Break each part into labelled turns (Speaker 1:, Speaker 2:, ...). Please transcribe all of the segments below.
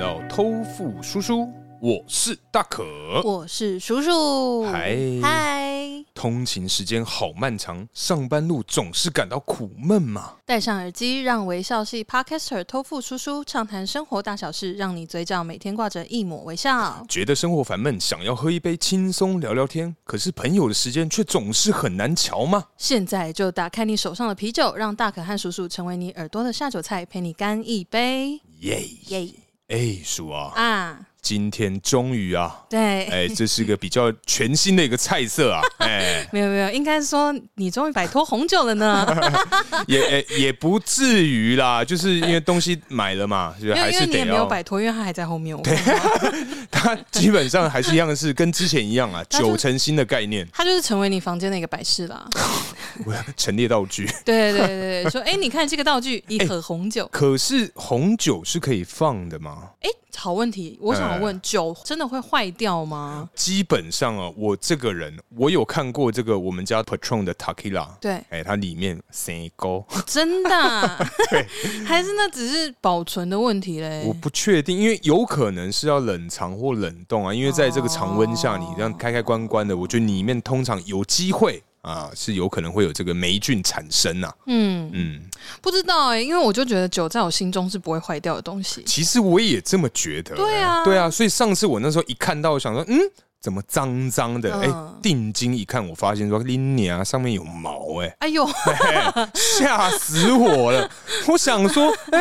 Speaker 1: 到偷富叔叔，我是大可。
Speaker 2: 我是叔叔，
Speaker 1: 哦嗨
Speaker 2: 哦嗨，
Speaker 1: 通勤时间好漫长，上班路总是感到苦闷嘛。
Speaker 2: 戴上耳机，让微笑系 Podcaster 偷富叔叔畅谈生活大小事，让你嘴角每天挂着一抹 微笑。
Speaker 1: 觉得生活烦闷，想要喝一杯轻松聊聊天，可是朋友的时间却总是很难瞧嘛。
Speaker 2: 现在就打开你手上的啤酒，让大可和叔叔成为你耳朵的下酒菜，陪你干一杯，
Speaker 1: 耶、
Speaker 2: 耶
Speaker 1: 哎，叔啊，
Speaker 2: 啊！
Speaker 1: 今天终于 啊，
Speaker 2: 对，
Speaker 1: 哎，这是个比较全新的一个菜色 啊，哎，
Speaker 2: 没有没有，应该说你终于摆脱红酒了 呢，
Speaker 1: 也哎也也不至于啦，就是因为东西买了嘛，就
Speaker 2: 因为
Speaker 1: 还
Speaker 2: 因
Speaker 1: 是
Speaker 2: 为你也
Speaker 1: 得
Speaker 2: 没有
Speaker 1: 要。
Speaker 2: 摆脱，因为它还在后面。我
Speaker 1: 它基本上还是一样，是跟之前一样啊，
Speaker 2: 它就
Speaker 1: 九成新的概念，
Speaker 2: 它就是成为你房间的一个摆饰啦。
Speaker 1: 我要陈列道具。
Speaker 2: 对对 对对，说哎、你看这个道具，一盒红酒，
Speaker 1: 可是红酒是可以放的吗？
Speaker 2: 哎、好问题，我
Speaker 1: 哎
Speaker 2: 想问，酒真的会坏掉吗？
Speaker 1: 基本上啊，我这个人，我有看过这个我们家 Patron 的 Tequila，
Speaker 2: 对，
Speaker 1: 哎、它里面三高，
Speaker 2: 真的 啊、 还是那只是保存的问题嘞
Speaker 1: 我？不确定，因为有可能是要冷藏或冷冻啊，因为在这个常温下，你这样开开关关的，我觉得里面通常有机会啊，是有可能会有这个霉菌产生啊。
Speaker 2: 嗯，
Speaker 1: 嗯，
Speaker 2: 不知道哎、因为我就觉得酒在我心中是不会坏掉的东西。
Speaker 1: 其实我也这么觉得、
Speaker 2: 对啊
Speaker 1: 对啊，所以上次我那时候一看到，我想说，嗯。怎么脏脏的？哎、
Speaker 2: 嗯
Speaker 1: 定睛一看，我发现说，林尼啊，上面有毛、哎。
Speaker 2: 哎呦，
Speaker 1: 吓死我了！我想说，哎、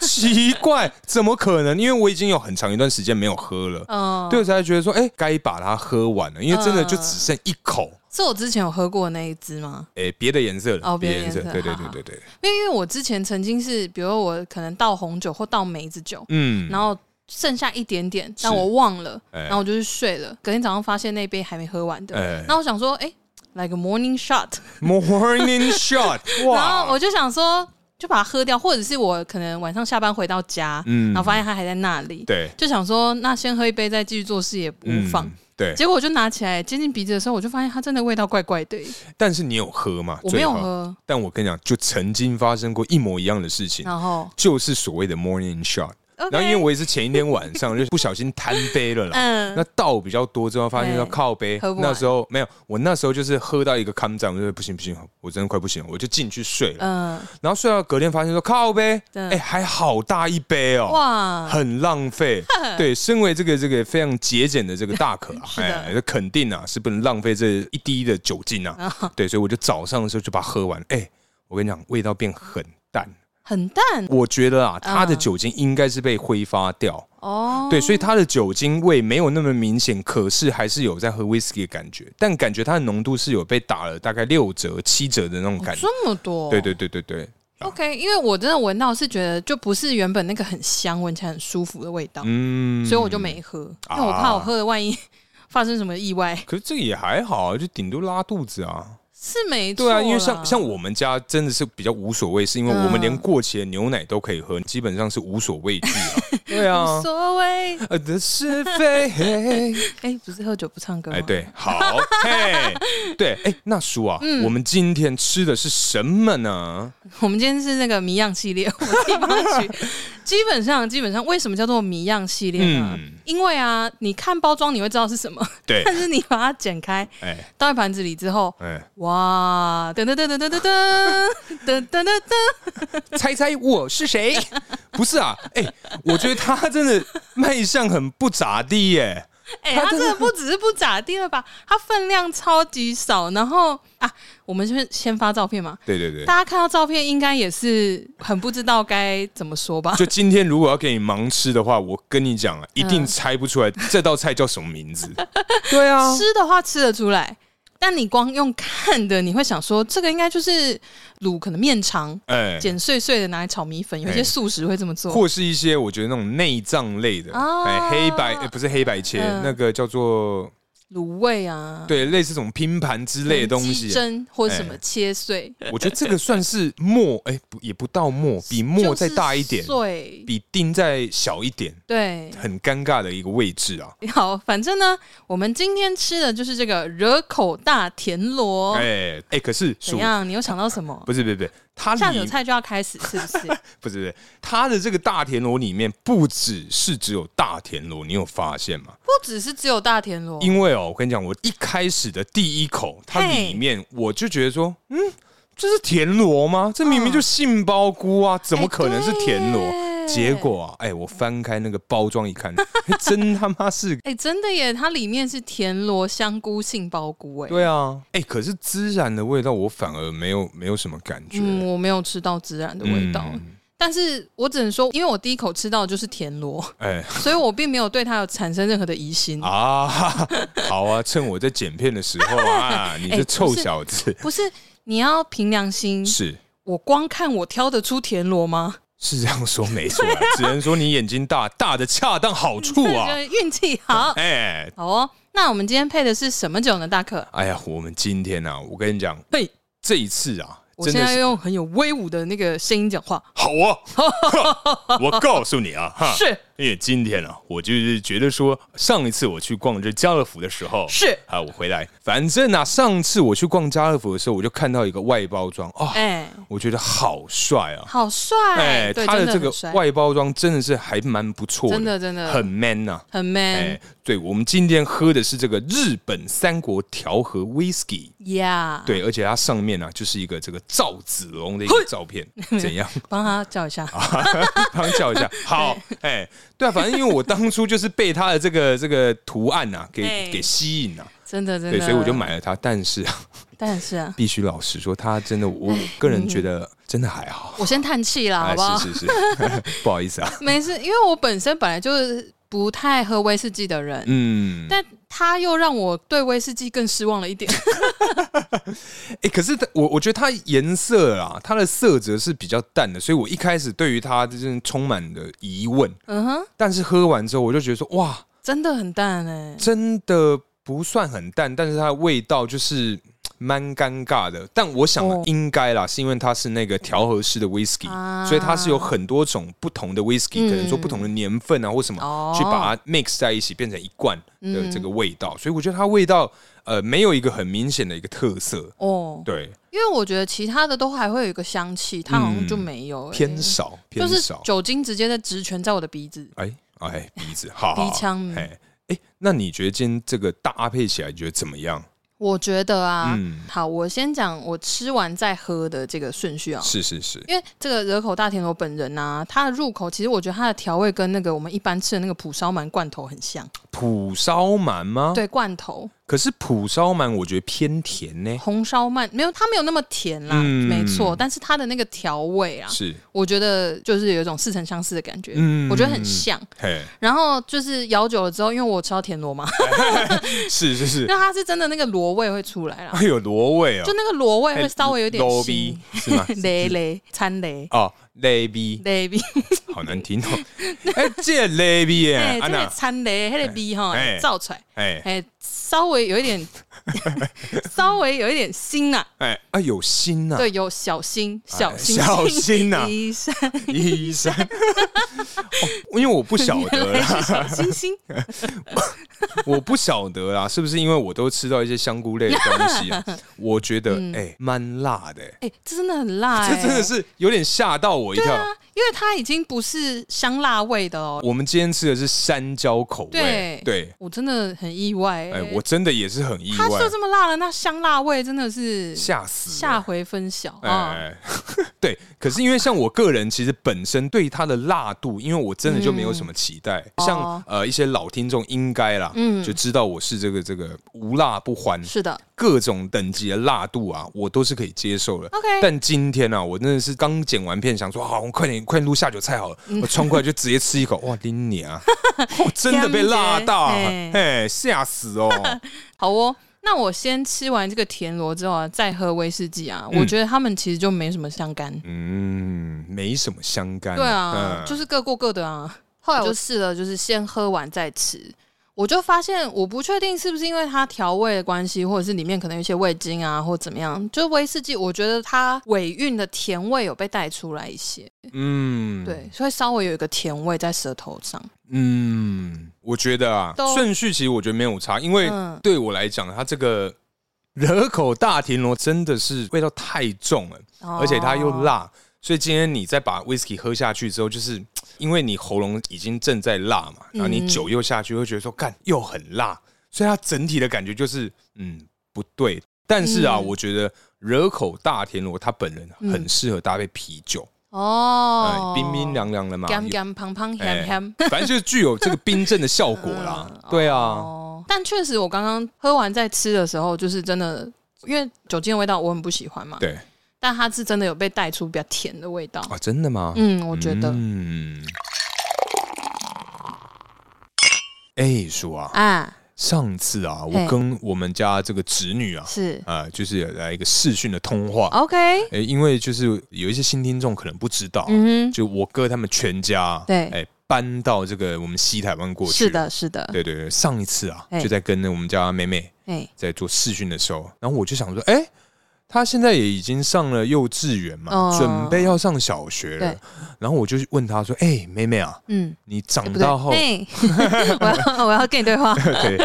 Speaker 1: 奇怪，怎么可能？因为我已经有很长一段时间没有喝了，
Speaker 2: 嗯，
Speaker 1: 对，我才觉得说，哎、该把它喝完了，因为真的
Speaker 2: 嗯
Speaker 1: 就只剩一口。
Speaker 2: 是我之前有喝过的那一支吗？
Speaker 1: 哎、别的颜色了，
Speaker 2: 嗯哦别的
Speaker 1: 的颜
Speaker 2: 颜色
Speaker 1: 对对
Speaker 2: 好
Speaker 1: 对
Speaker 2: 好
Speaker 1: 对对，
Speaker 2: 因为因为我之前曾经是，比如我可能倒红酒或倒梅子酒，
Speaker 1: 嗯，
Speaker 2: 然后剩下一点点，
Speaker 1: 是
Speaker 2: 但我忘了，
Speaker 1: 哎
Speaker 2: 然后我就去睡了。隔天早上发现那杯还没喝完的，
Speaker 1: 哎、
Speaker 2: 那我想说，哎、来个 morning shot，
Speaker 1: m o r n i n g shot，
Speaker 2: 然后
Speaker 1: 哇，
Speaker 2: 我就想说，就把它喝掉，或者是我可能晚上下班回到家，
Speaker 1: 嗯
Speaker 2: 然后发现它还在那里，
Speaker 1: 对，
Speaker 2: 就想说那先喝一杯，再继续做事也无妨。
Speaker 1: 嗯对，
Speaker 2: 结果我就拿起来接近鼻子的时候，我就发现它真的味道怪怪的耶，
Speaker 1: 但是你有喝吗？
Speaker 2: 我没有
Speaker 1: 最后，
Speaker 2: 喝。
Speaker 1: 但我跟你讲，就曾经发生过一模一样的事情，
Speaker 2: 然后
Speaker 1: 就是所谓的 morning shot。
Speaker 2: 哦，OK，
Speaker 1: 然后因为我也是前一天晚上就不小心贪杯了啦，
Speaker 2: 嗯
Speaker 1: 那倒比较多之后，发现要靠杯
Speaker 2: 喝。不完
Speaker 1: 那时候没有，我那时候就是喝到一个康站，我就说不行不行，我真的快不行了，我就进去睡了。
Speaker 2: 嗯、
Speaker 1: 然后睡到隔天发现说靠杯，
Speaker 2: 对
Speaker 1: 哎、还好大一杯哦、
Speaker 2: 哇，
Speaker 1: 很浪 费。对，身为这个这个非常节俭的这个大可啊，
Speaker 2: 的
Speaker 1: 哎，这肯定啊是不能浪费这一滴的酒精 啊。对，所以我就早上的时候就把它喝完。哎、我跟你讲，味道变很淡。
Speaker 2: 很淡
Speaker 1: 我觉得啊，它的酒精应该是被挥发掉。
Speaker 2: 哦。
Speaker 1: 对，所以它的酒精味没有那么明显，可是还是有在喝 whisky 的感觉，但感觉它的浓度是有被打了大概六折、七折的那种感觉。
Speaker 2: 这么多，
Speaker 1: 对对对对对，
Speaker 2: ，OK，因为我真的闻到是觉得就不是原本那个很香，闻起来很舒服的味道，
Speaker 1: 嗯，
Speaker 2: 所以我就。没喝，因为我怕我喝了万一 发生什么意外。
Speaker 1: 可是这个也还好啊，就顶多拉肚子啊。
Speaker 2: 是没错
Speaker 1: 对
Speaker 2: 啦，
Speaker 1: 啊，因为像像我们家真的是比较无所谓，是因为我们
Speaker 2: 嗯
Speaker 1: 连过期的牛奶都可以喝，基本上是无所畏惧 啊。对
Speaker 2: 无
Speaker 1: 啊，
Speaker 2: 所谓，
Speaker 1: 呃的是非。嘿
Speaker 2: 哎、不是喝酒不唱歌吗？
Speaker 1: 哎，，对，好，嘿，对，哎，那叔啊，
Speaker 2: 嗯
Speaker 1: 我们今天吃的是什么呢？
Speaker 2: 我们今天是那个谜样系列， 我自己帮他取。基本上，基本上，为什么叫做谜样系列呢？
Speaker 1: 嗯
Speaker 2: 因为啊，你看包装你会知道是什么，
Speaker 1: 对，
Speaker 2: 但是你把它剪开
Speaker 1: 哎
Speaker 2: 倒在盘子里之后，
Speaker 1: 哎，
Speaker 2: 哇，噔噔噔噔噔噔噔 噔噔噔噔，
Speaker 1: 猜猜我是 谁？不是啊，哎、我觉得他真的卖相很不咋地耶。
Speaker 2: 哎、
Speaker 1: 它
Speaker 2: 它
Speaker 1: 真
Speaker 2: 真
Speaker 1: 的
Speaker 2: 的不只是不咋地了吧？它分量超级少，然后啊，我们先先发照片嘛，
Speaker 1: 对对对
Speaker 2: 大，家看到照片应该也是很不知道该怎么说吧？
Speaker 1: 就今天如果要给你盲吃的话，我跟你讲啊，一定
Speaker 2: 嗯
Speaker 1: 猜不出来这道菜叫什么名字。对啊，
Speaker 2: 吃的话吃得出来，但你光用看的，你会想说这个应该就是卤可能面肠
Speaker 1: 哎、
Speaker 2: 剪碎碎的拿来炒米粉，有一些
Speaker 1: 哎
Speaker 2: 素食会这么做。
Speaker 1: 或是一些我觉得那种内脏类的，哎、
Speaker 2: 啊
Speaker 1: 黑白、哎不是黑白切，
Speaker 2: 嗯
Speaker 1: 那个叫做
Speaker 2: 卤味啊，
Speaker 1: 对，类似这种拼盘之类的东
Speaker 2: 鸡
Speaker 1: 西。啊哎
Speaker 2: 胗或者什么切碎，
Speaker 1: 我觉得这个算是末，哎、不也不到末，比末再大一点，
Speaker 2: 碎
Speaker 1: 比丁再小一点。
Speaker 2: 对。
Speaker 1: 很尴尬的一个位置啊。
Speaker 2: 好，反正呢，我们今天吃的就是这个惹口大田螺。
Speaker 1: 哎哎，可是
Speaker 2: 怎
Speaker 1: 叔
Speaker 2: 哦样？你又想到什么？
Speaker 1: 不是不是不是，它
Speaker 2: 下酒
Speaker 1: 里
Speaker 2: 菜就要开始，是不 是？
Speaker 1: 不是不是它的这个大田螺里面不只是只有大田螺，你有发现吗？
Speaker 2: 不只是只有大田螺，
Speaker 1: 因为哦，我跟你讲，我一开始的第一口，它
Speaker 2: 嘿
Speaker 1: 里面我就觉得说，嗯，这是田螺吗？这明明就杏鲍菇啊，怎么可能是田螺？
Speaker 2: 哎对耶
Speaker 1: 结果啊，哎，我翻开那个包装一看， 哎真他妈是。
Speaker 2: 哎、真的耶，它里面是田螺、香菇、杏鲍菇，哎，
Speaker 1: 对啊，哎、可是孜然的味道我反而没有没有什么感觉，
Speaker 2: 嗯，我没有吃到孜然的味道。
Speaker 1: 嗯
Speaker 2: 但是我只能说，因为我第一口吃到的就是田螺，
Speaker 1: 哎、
Speaker 2: 所以我并没有对它有产生任何的疑心。
Speaker 1: 啊， 好啊，趁我在剪片的时候 啊，你
Speaker 2: 哎
Speaker 1: 这臭
Speaker 2: 不是
Speaker 1: 小子，
Speaker 2: 不是，你要凭良心，
Speaker 1: 是
Speaker 2: 我光看我挑得出田 螺吗？
Speaker 1: 是这样说没错啊， 只能说你眼睛大，大的恰当好处 啊，
Speaker 2: 就是运气好。
Speaker 1: 哎。
Speaker 2: 好哦，那我们今天配的是什么酒呢，大可？
Speaker 1: 哎呀，我们今天啊，我跟你讲，
Speaker 2: 嘿，
Speaker 1: 这一次啊，
Speaker 2: 我
Speaker 1: 真
Speaker 2: 现
Speaker 1: 的
Speaker 2: 在
Speaker 1: 是
Speaker 2: 用很有威武的那个声音讲话，
Speaker 1: 好啊！哈 我告诉你啊，哈，
Speaker 2: 是
Speaker 1: 因为今天啊，我就是觉得说，上一次我去逛这家乐福的时候，
Speaker 2: 是，
Speaker 1: 啊，我回来，反正啊，上次我去逛家乐福的时候，我就看到一个外包装啊，
Speaker 2: 哎、
Speaker 1: 我觉得好帅啊！
Speaker 2: 好帅，
Speaker 1: 哎，
Speaker 2: 对，
Speaker 1: 它的
Speaker 2: 真
Speaker 1: 这个
Speaker 2: 很帅
Speaker 1: 外包装真的是还蛮不错
Speaker 2: 真的真的
Speaker 1: 很 man 呐、啊。
Speaker 2: 很 man，、
Speaker 1: 哎，对，我们今天喝的是这个日本三国调和 whisky，
Speaker 2: Yeah，，
Speaker 1: 对，而且它上面呢、就是一个这个赵子龙的一个照片， 怎样？
Speaker 2: 帮他叫一下。
Speaker 1: 啊帮叫 一下，好，哎，对啊，反正因为我当初就是被它的这个这个图案啊给
Speaker 2: 哎
Speaker 1: 给吸引啊，
Speaker 2: 真的真的，
Speaker 1: 对，所以我就。买了它。但是啊，
Speaker 2: 但是啊，
Speaker 1: 必须老实说，它真的，我个人觉得真的还好，哎
Speaker 2: 我先叹气啦，好不好？
Speaker 1: 是是是， 不好意思啊，
Speaker 2: 没事，因为我本身本来就是不太喝威士忌的人，
Speaker 1: 嗯，
Speaker 2: 但他又让我对威士忌更失望了一点。
Speaker 1: 哎，可是它我我觉得它颜色啊，它的色泽是比较淡的，所以我一开始对于它就是充满了疑问，
Speaker 2: 嗯哼，
Speaker 1: 但是喝完之后，我就觉得说，哇。
Speaker 2: 真的很淡哎、
Speaker 1: 真的不算很淡，但是它的味道就是蛮尴尬的。但我想
Speaker 2: 哦
Speaker 1: 应该啦，是因为它是那个调和式的 whisky，、
Speaker 2: 啊
Speaker 1: 所以它是有很多种不同的 whisky，、
Speaker 2: 嗯
Speaker 1: 可能说不同的年份啊或什么，
Speaker 2: 哦嗯
Speaker 1: 去把它 mix 在一起变成一罐的这个味道。所以我觉得它味道呃没有一个很明显的一个特色，
Speaker 2: 哦，
Speaker 1: 对，
Speaker 2: 因为我觉得其他的都还会有一个香气，它好像就没有、欸
Speaker 1: 嗯偏少偏
Speaker 2: 就是
Speaker 1: 少。
Speaker 2: 酒精直接在直拳在我的鼻子。
Speaker 1: 哎 哎，鼻子，好好好
Speaker 2: 鼻腔
Speaker 1: 哎哎，那你觉得今天这个搭配起来，你觉得怎么样？
Speaker 2: 我觉得啊，
Speaker 1: 嗯
Speaker 2: 好，我先讲我吃完再喝的这个顺序啊。
Speaker 1: 是是是，
Speaker 2: 因为这个惹口大田螺本人啊，它的入口其实我觉得它的调味跟那个我们一般吃的那个蒲烧鳗罐头很像，
Speaker 1: 蒲烧鳗吗？
Speaker 2: 对，罐头
Speaker 1: 可是蒲烧鳗我觉得偏甜呢、
Speaker 2: 红烧鳗没有它没有那么甜啦，
Speaker 1: 哎嗯
Speaker 2: 没错，但是它的那个调味啊，
Speaker 1: 是，
Speaker 2: 我觉得就是有一种似曾相识的感觉，
Speaker 1: 嗯
Speaker 2: 我觉得很像。
Speaker 1: 嘿，
Speaker 2: 然后就是咬久了之后，因为我吃到田螺嘛，
Speaker 1: 是是是
Speaker 2: 因，为它是真 的那个螺味会出来啦，
Speaker 1: 哎呦，螺味哦
Speaker 2: 就，那个螺味
Speaker 1: 哎
Speaker 2: 会稍微有点
Speaker 1: 螺
Speaker 2: 腥？
Speaker 1: 逼，是吗
Speaker 2: 雷雷掺雷
Speaker 1: 哦，雷逼，
Speaker 2: 雷逼，
Speaker 1: 好难听 哦。哎，这雷逼耶，
Speaker 2: 哎，这
Speaker 1: 安
Speaker 2: 个
Speaker 1: 娜，
Speaker 2: 掺雷，那个逼哈
Speaker 1: 啊哎，
Speaker 2: 造出来。
Speaker 1: 哎
Speaker 2: 哎、稍微有一点， 稍微有一点心啊，
Speaker 1: 哎啊，有心呐，
Speaker 2: 对，有小心，小心，
Speaker 1: 哎小心呐，
Speaker 2: 一闪
Speaker 1: 医 生。哦因为我不晓得
Speaker 2: 原来
Speaker 1: 啦，
Speaker 2: 是小星星，
Speaker 1: 我不晓得啦，是不是因为我都吃到一些香菇类的东西 啊？我觉得哎，蛮辣的，
Speaker 2: 哎、这真的很辣、嗯哎
Speaker 1: 这真的是有点吓到我一跳。
Speaker 2: 啊，因为它已经不是香辣味的哦，
Speaker 1: 我们今天吃的是山椒口味
Speaker 2: 对，
Speaker 1: 对，
Speaker 2: 我真的很意外、欸
Speaker 1: 哎，我真的也是很意
Speaker 2: 它
Speaker 1: 外
Speaker 2: 就，这么辣了，那香辣味真的是
Speaker 1: 吓死了
Speaker 2: 下回分晓
Speaker 1: 哎
Speaker 2: 啊。
Speaker 1: 哎， 哎对，可是因为像我个人，其实本身对它的辣度，因为我真的就没有什么期待。像
Speaker 2: 嗯哦
Speaker 1: 呃一些老听众应该啦，
Speaker 2: 嗯
Speaker 1: 就知道我是这个这个无辣不欢，
Speaker 2: 是的
Speaker 1: 各种等级的辣度啊，我都是可以接受的。
Speaker 2: ，OK，
Speaker 1: 但今天啊，我真的是刚剪完片，想说好，我快点快点录下酒菜好了，
Speaker 2: 嗯
Speaker 1: 我冲过来就直接吃一 口，哇，拎你啊！ 我真的被辣到，
Speaker 2: 天哪
Speaker 1: 哎，吓死哦！
Speaker 2: 好哦。那我先吃完这个田螺之后啊，再喝威士忌啊，
Speaker 1: 嗯
Speaker 2: 我觉得他们其实就没什么相干。
Speaker 1: 嗯，没什么相干，
Speaker 2: 对啊，
Speaker 1: 嗯
Speaker 2: 就是各过各的啊。后来我就试了，就是先喝完再吃。我就发现，我不确定是不是因为它调味的关系，或者是里面可能有一些味精啊，或怎么样。就威士忌，我觉得它尾韵的甜味有被带出来一些，
Speaker 1: 嗯，
Speaker 2: 对，所以稍微有一个甜味在舌头上。
Speaker 1: 嗯，我觉得啊，
Speaker 2: 都
Speaker 1: 顺序其实我觉得没有差，因为
Speaker 2: 嗯
Speaker 1: 对我来讲，它这个河口大田螺真的是味道太重了，
Speaker 2: 哦
Speaker 1: 而且它又辣，所以今天你再把 whisky 喝下去之后，就是嘖因为你喉咙已经正在辣嘛，然
Speaker 2: 嗯
Speaker 1: 后你酒又下去，会觉得说干又很辣，所以它整体的感觉就是嗯不对。但是啊，
Speaker 2: 嗯
Speaker 1: 我觉得惹口大田螺它本人啊很适合搭配啤酒，
Speaker 2: 哦
Speaker 1: 嗯，，冰冰凉凉的嘛，
Speaker 2: 干干胖胖咸
Speaker 1: 哎
Speaker 2: 咸。
Speaker 1: 反正就是具有这个冰镇的效果 啦。对啊，
Speaker 2: 嗯哦，但确实我刚刚喝完再吃的时候，就是真的，因为酒精的味道我很不喜欢嘛，
Speaker 1: 对
Speaker 2: 但它是真的有被带出比较甜的味道。
Speaker 1: 啊，真的吗？
Speaker 2: 嗯，我觉得，
Speaker 1: 嗯。哎、叔啊，
Speaker 2: 啊，
Speaker 1: 上次啊，
Speaker 2: 嘿
Speaker 1: 我跟我们家这个侄女啊，
Speaker 2: 是哦
Speaker 1: 啊，就是有来一个视讯的通话。哎、
Speaker 2: OK，
Speaker 1: 因为就是有一些新听众可能不知道啊，
Speaker 2: 嗯
Speaker 1: 就我哥他们全家，
Speaker 2: 对
Speaker 1: 哎、搬到这个我们西台湾过
Speaker 2: 哼，
Speaker 1: 去。
Speaker 2: 是，的，是的，
Speaker 1: 对对对，上一次啊
Speaker 2: 嘿，
Speaker 1: 就在跟我们家妹妹
Speaker 2: 哎，
Speaker 1: 在做视讯的时候，然后我就想说，哎、他现在也已经上了幼稚园嘛，
Speaker 2: 哦
Speaker 1: 准备要上小学了
Speaker 2: 对。
Speaker 1: 然后我就问他说：“哎、妹妹啊，
Speaker 2: 嗯，
Speaker 1: 你
Speaker 2: 哎
Speaker 1: 长
Speaker 2: 不对，
Speaker 1: 大后，
Speaker 2: 嘿我要我要跟你对 话
Speaker 1: 对，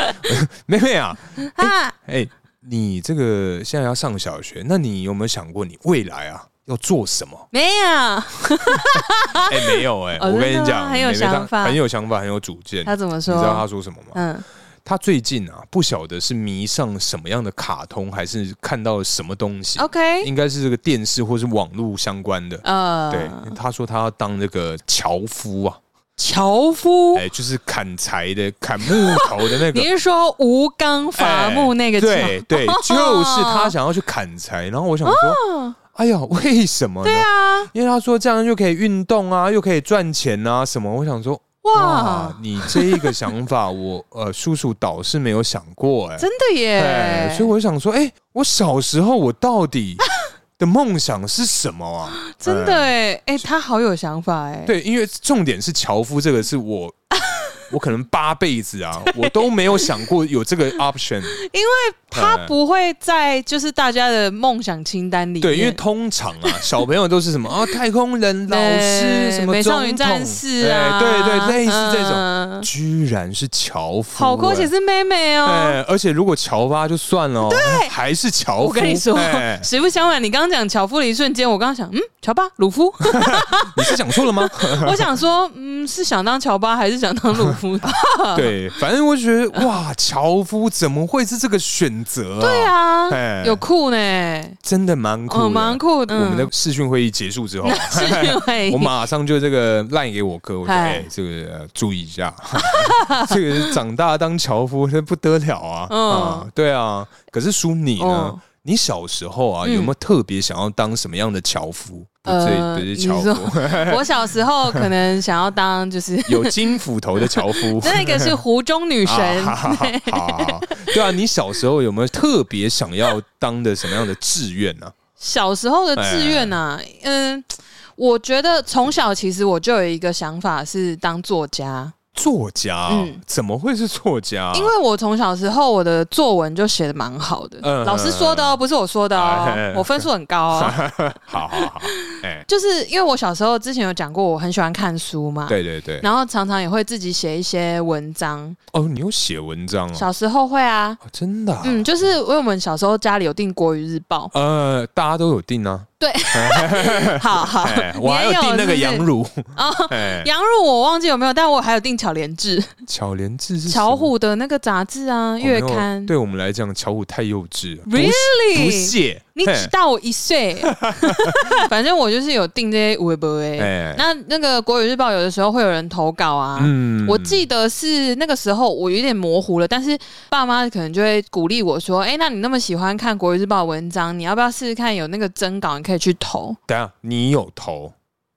Speaker 1: 妹妹啊，
Speaker 2: 啊，？”
Speaker 1: 哎、你这个现在要上小学，那你有没有想过你未来啊要做什么
Speaker 2: 没有，
Speaker 1: 哎、没有哎、
Speaker 2: 哦
Speaker 1: 我跟
Speaker 2: 真的
Speaker 1: 你讲，
Speaker 2: 吗很有
Speaker 1: 妹妹她
Speaker 2: 想法
Speaker 1: 很有想法，很有主见。
Speaker 2: 他怎么
Speaker 1: 你知道她
Speaker 2: 说？
Speaker 1: 说什么吗？
Speaker 2: 嗯，
Speaker 1: 她最近啊，不晓得是迷上什么样的卡通，还是看到了什么东西。
Speaker 2: OK，
Speaker 1: 应该是这个电视或是网络相关的。
Speaker 2: 呃，
Speaker 1: 对，他说他要当这个樵夫啊，
Speaker 2: 樵夫
Speaker 1: 哎、，就是砍柴的、砍木头的那个哎
Speaker 2: 你。是说吴刚伐木那个樵？哦
Speaker 1: 对 对，就是他想要去砍柴。然后我想说，哎呀，为什么呢？
Speaker 2: 嗯啊，
Speaker 1: 因为他说这样就可以运动啊，又可以赚钱啊，什么？我想说，哇
Speaker 2: 哇，，
Speaker 1: 你这一个想法，我呃，叔叔倒是没有想过、哎，
Speaker 2: 真的
Speaker 1: 哎、
Speaker 2: 耶！
Speaker 1: 所以我就想说，哎、我小时候我到底的梦想是什么啊？
Speaker 2: 真的哎，哎、他好有想法哎。
Speaker 1: 对，因为重点是樵夫这个是我，我可能八辈子啊，我都没有想过有这个 option。
Speaker 2: 他
Speaker 1: 哎
Speaker 2: 不会在就是大家的梦想清单里面。
Speaker 1: 对，因为通常啊， 小朋友都是什么啊，太空人、老师、
Speaker 2: 对
Speaker 1: 什么
Speaker 2: 美少
Speaker 1: 总
Speaker 2: 女
Speaker 1: 统，
Speaker 2: 战士
Speaker 1: 哎
Speaker 2: 啊，
Speaker 1: 对对，类似这种，
Speaker 2: 嗯
Speaker 1: 居然是樵夫、
Speaker 2: 好酷，而且
Speaker 1: 哎
Speaker 2: 是妹妹哦。
Speaker 1: 哎，而且如果樵夫就算了、哦，对，还是樵夫。
Speaker 2: 我跟你说
Speaker 1: 哎，
Speaker 2: 实不相瞒，你刚刚讲樵夫的一瞬间，我刚刚想，嗯，乔巴 鲁夫，
Speaker 1: 你是讲错 了吗？
Speaker 2: 我想说，嗯，是想当乔巴还是想当鲁 夫？
Speaker 1: 对，反正我就觉得哇，樵夫怎么会是这个选择、啊？
Speaker 2: 对，啊，
Speaker 1: 哎
Speaker 2: 有酷呢，
Speaker 1: 真的蛮酷的，
Speaker 2: 嗯，蛮酷的。
Speaker 1: 我们的
Speaker 2: 嗯
Speaker 1: 视讯会议结束之后，
Speaker 2: 是因 为
Speaker 1: 我马上就这个赖给我哥，我说：“
Speaker 2: 嗨
Speaker 1: 哎、这个、呃注意一下， 这个是长大当樵夫，这不得了啊！”
Speaker 2: 嗯
Speaker 1: 啊，对啊。可是叔你呢？
Speaker 2: 嗯
Speaker 1: 你小时候啊，
Speaker 2: 嗯
Speaker 1: 有没有特别想要当什么样的樵夫？不
Speaker 2: 呃
Speaker 1: 对，不是樵夫，
Speaker 2: 我小时候可能想要当就是
Speaker 1: 有金斧头的樵 夫。
Speaker 2: 那个是湖中女神，
Speaker 1: 啊好好好好好对啊，你小时候有没有特别想要当的什么样的志愿啊呢、
Speaker 2: 小时候的志愿呐、啊，
Speaker 1: 哎
Speaker 2: 嗯，我觉得从小其实我就有一个想法是当作家，
Speaker 1: 作家啊、
Speaker 2: 嗯
Speaker 1: 怎么会是作家啊、
Speaker 2: 因为我从小时候我的作文就写的蛮好的，
Speaker 1: 嗯
Speaker 2: 老师说的哦，不是我说的
Speaker 1: 哎
Speaker 2: 哦
Speaker 1: 哎，
Speaker 2: 我分数很高 哦，
Speaker 1: 好好好，哎、
Speaker 2: 就是因为我小时候之前有讲过，我很喜欢看书嘛，
Speaker 1: 对对对，
Speaker 2: 然后常常也会自己写一些文章，
Speaker 1: 哦，你有写文章哦，
Speaker 2: 小时候会啊，
Speaker 1: 哦真的、啊，，
Speaker 2: 嗯，就是因为我们小时候家里有订国语日报
Speaker 1: 呃，大家都有订啊，
Speaker 2: 好好
Speaker 1: 哎，，
Speaker 2: 你
Speaker 1: 我还
Speaker 2: 也
Speaker 1: 有订那
Speaker 2: 是不
Speaker 1: 个
Speaker 2: 是
Speaker 1: 羊乳，
Speaker 2: 哦，
Speaker 1: 哎，
Speaker 2: 羊乳我忘记有没有，但我还有订巧莲志、
Speaker 1: 巧莲志是
Speaker 2: 巧
Speaker 1: 什么
Speaker 2: 虎的那个杂志啊，
Speaker 1: 哦没
Speaker 2: 月
Speaker 1: 有
Speaker 2: 刊。
Speaker 1: 对我们来讲，巧虎太幼稚了
Speaker 2: Really？
Speaker 1: 不不屑，
Speaker 2: 你
Speaker 1: 嘿
Speaker 2: 只大我 一岁，反正我就是有订这些微博哎。
Speaker 1: 哎，
Speaker 2: 那那个国语日报有的时候会有人投稿啊。
Speaker 1: 嗯
Speaker 2: 我记得是那个时候我有点模糊了，但是爸妈可能就会鼓励我说：“哎、那你那么喜欢看国语日报文章，你要不要试试看有那个征稿，你可以去投
Speaker 1: 等一下你有投，？”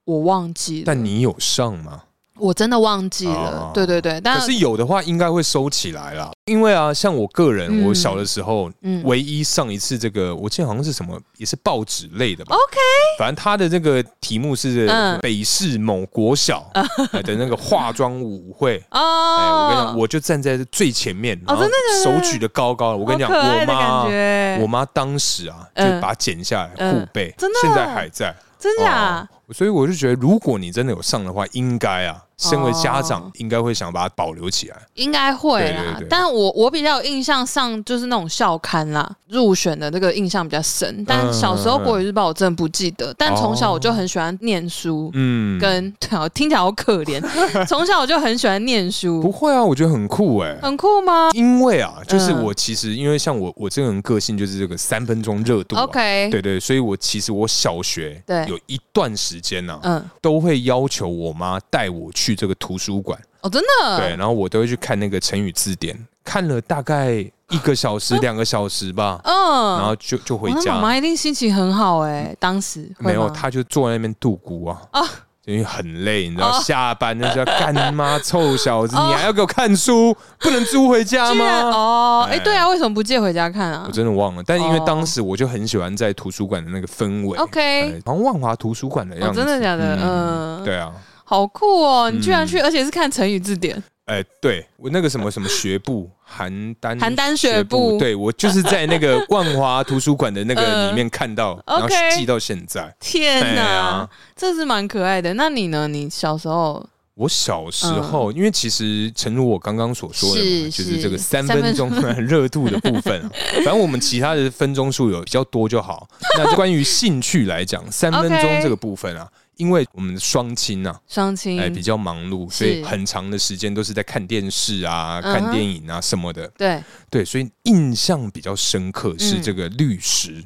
Speaker 2: 我忘记了，
Speaker 1: 但你有上吗？
Speaker 2: 我真的忘记
Speaker 1: 哦
Speaker 2: 了。对对对，但
Speaker 1: 可是有的话，应该会收起来啦。因为啊，像我个人，
Speaker 2: 嗯
Speaker 1: 我小的时候
Speaker 2: 嗯
Speaker 1: 唯一上一次这个，我记得好像是什么，也是报纸类的吧。
Speaker 2: OK
Speaker 1: 反正他的这个题目是
Speaker 2: 哦嗯啊
Speaker 1: 北市某国小哎的那个化妆舞会。
Speaker 2: 哦、
Speaker 1: 哎，我跟你讲，我就站在最前面，然后
Speaker 2: 真的假
Speaker 1: 手
Speaker 2: 的
Speaker 1: 举得高高的。我
Speaker 2: 我
Speaker 1: 跟你讲，
Speaker 2: 可爱
Speaker 1: 我
Speaker 2: 的
Speaker 1: 妈
Speaker 2: 感，觉，
Speaker 1: 我妈当时啊，就
Speaker 2: 嗯
Speaker 1: 把它剪下来
Speaker 2: 嗯
Speaker 1: 护背，
Speaker 2: 真的
Speaker 1: 现在还在。
Speaker 2: 真假？
Speaker 1: 哦所以我就觉得，如果你真的有上的话，应该啊身为家长应该会想把它保留起来。
Speaker 2: 应该会啦，
Speaker 1: 对对对
Speaker 2: 但我我比较有印象上就是那种校刊啦，入选的那个印象比较深。但小时候国语日报我真的不记得，但从小我就很喜欢念书，
Speaker 1: 嗯，
Speaker 2: 跟好 听起来好可怜， 从小我就很喜欢念
Speaker 1: 不
Speaker 2: 书，
Speaker 1: 会啊，我觉得很酷哎、
Speaker 2: 很酷吗
Speaker 1: 因为啊，就是
Speaker 2: 嗯
Speaker 1: 我其实因为像我我这个人个性就是这个三分钟热度、啊。
Speaker 2: ？OK，
Speaker 1: 对对，所以我其实我小学
Speaker 2: 对
Speaker 1: 有一段时间呢、
Speaker 2: 嗯，
Speaker 1: 都会要求我妈带我去这个图书馆，
Speaker 2: 哦，真的，
Speaker 1: 对，然后我都会去看那个成语字典，看了大概一个小时、两个小时吧，
Speaker 2: 哦嗯，
Speaker 1: 然后就就回
Speaker 2: 哇那
Speaker 1: 家。嗯
Speaker 2: 妈妈一定心情很好哎、当时会
Speaker 1: 没有，
Speaker 2: 吗
Speaker 1: 他就坐在那边度孤啊
Speaker 2: 啊
Speaker 1: 因为很累，你知道，
Speaker 2: 哦
Speaker 1: 下班那就 要干妈臭小子，
Speaker 2: 哦
Speaker 1: 你还要给我看书，不能租回家
Speaker 2: 居然
Speaker 1: 吗？
Speaker 2: 哦，哎、
Speaker 1: 哎
Speaker 2: 对啊，为什么不借回家看啊
Speaker 1: 我真的忘了，但因为
Speaker 2: 哦
Speaker 1: 当时我就很喜欢在图书馆的那个氛围
Speaker 2: ？OK，
Speaker 1: 哎好像万华图书馆的
Speaker 2: 哦，
Speaker 1: 样子，
Speaker 2: 真的假的？嗯，
Speaker 1: 对啊，
Speaker 2: 好酷哦！你
Speaker 1: 嗯
Speaker 2: 居然去，而且是看成语字 典，
Speaker 1: 哎、对我那个什么什么学部，邯郸
Speaker 2: 邯郸
Speaker 1: 学
Speaker 2: 学部
Speaker 1: 对我就是在那个万华图书馆的那个里面看到，然后
Speaker 2: 嗯 OK 啊
Speaker 1: 记到现在。
Speaker 2: 天哪，
Speaker 1: 哎呀
Speaker 2: 这是蛮可爱的。那你呢？你小时候
Speaker 1: 我小时候，因为其实诚如我刚刚所说的嘛，
Speaker 2: 嗯是
Speaker 1: 就是
Speaker 2: 是
Speaker 1: 这个三
Speaker 2: 三
Speaker 1: 分
Speaker 2: 分
Speaker 1: 钟热度的部 分啊、反正我们其他的分钟数有比较多就好。那就关于兴趣来讲，三分
Speaker 2: OK
Speaker 1: 钟这个部分啊，因为我们双亲啊，
Speaker 2: 相亲、
Speaker 1: 哎、比较忙碌，
Speaker 2: 是
Speaker 1: 所以很长的时间都是在看电视啊、
Speaker 2: 嗯
Speaker 1: 看
Speaker 2: 哼
Speaker 1: 电影啊什么的。
Speaker 2: 对
Speaker 1: 对，所以印象比较深刻是这个律师，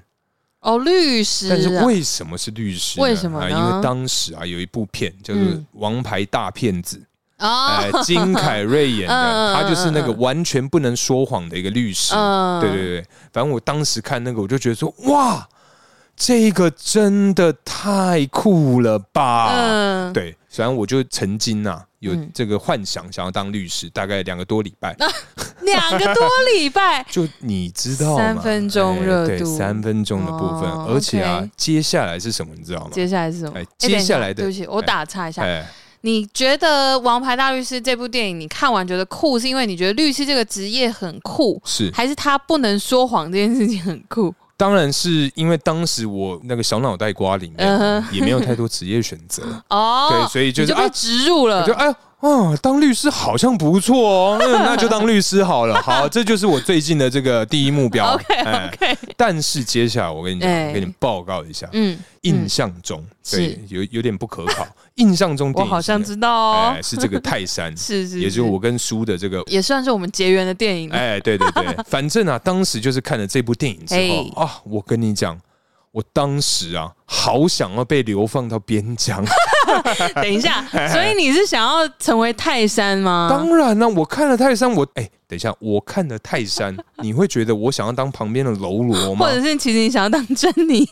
Speaker 2: 哦，律嗯师、啊，
Speaker 1: 但是为什么是律师呢？
Speaker 2: 为什么
Speaker 1: 啊
Speaker 2: 呢
Speaker 1: 因为当时啊有一部片叫做《
Speaker 2: 嗯
Speaker 1: 王牌大骗 子》，
Speaker 2: 啊，
Speaker 1: 哎、金凯瑞演的，
Speaker 2: 嗯嗯嗯
Speaker 1: 他就是那个完全不能说谎的一个律师。
Speaker 2: 嗯
Speaker 1: 对对对，反正我当时看那个，我就觉得说，哇，这个真的太酷了吧！
Speaker 2: 嗯，
Speaker 1: 啊对，虽然我就曾经啊有
Speaker 2: 嗯
Speaker 1: 这个幻想，想要当律师，大概两个多礼拜。，
Speaker 2: 两个多礼拜
Speaker 1: 就你知道吗
Speaker 2: 三分钟热
Speaker 1: 哎对
Speaker 2: 度
Speaker 1: 三分钟的部分，
Speaker 2: 哦
Speaker 1: 而且啊
Speaker 2: OK
Speaker 1: 接下来是什么，你知道吗？
Speaker 2: 接下来是什么？
Speaker 1: 哎
Speaker 2: 哎
Speaker 1: 接下来的
Speaker 2: 等一对不起，我打岔一下。
Speaker 1: 哎，
Speaker 2: 你觉得《王牌大律师》这部电影，你看完觉得酷，是因为你觉得律师这个职业很酷，
Speaker 1: 是，
Speaker 2: 还是他不能说谎这件事情很酷？
Speaker 1: 当然是因为当时我那个小脑袋瓜里面
Speaker 2: 嗯
Speaker 1: 也没有太多职业选 择，
Speaker 2: 哦，
Speaker 1: 对，所以就
Speaker 2: 你
Speaker 1: 是
Speaker 2: 就被
Speaker 1: 啊，
Speaker 2: 植入了
Speaker 1: 我就。哎。哦，当律师好像不错 哦，嗯那就当律师好了。好，这就是我最近的这个第一目 标。
Speaker 2: OK
Speaker 1: 哎
Speaker 2: OK，
Speaker 1: 但是接下来我跟你讲，
Speaker 2: 哎
Speaker 1: 我跟你报告一下，
Speaker 2: 嗯，
Speaker 1: 印象中对
Speaker 2: 是
Speaker 1: 有有点不可考。印象中
Speaker 2: 我
Speaker 1: 电影
Speaker 2: 好
Speaker 1: 是
Speaker 2: 像
Speaker 1: 那个
Speaker 2: 知道哦，
Speaker 1: 哎，，是这个泰山
Speaker 2: 是是，
Speaker 1: 也就是我跟叔的这个。
Speaker 2: 也算是我们结缘的电 影。
Speaker 1: 哎，对对对，反正啊，当时就是看了这部电影之后
Speaker 2: 哎
Speaker 1: 啊，我跟你讲，我当时啊，好想要被流放到边疆。
Speaker 2: 等 一下，所以你是想要成为泰山吗？
Speaker 1: 哎当然啊了、我看了泰山，我哎，等一下，我看了泰山，你会觉得我想要当旁边的喽啰吗
Speaker 2: 或？者是其实你想要当珍 妮？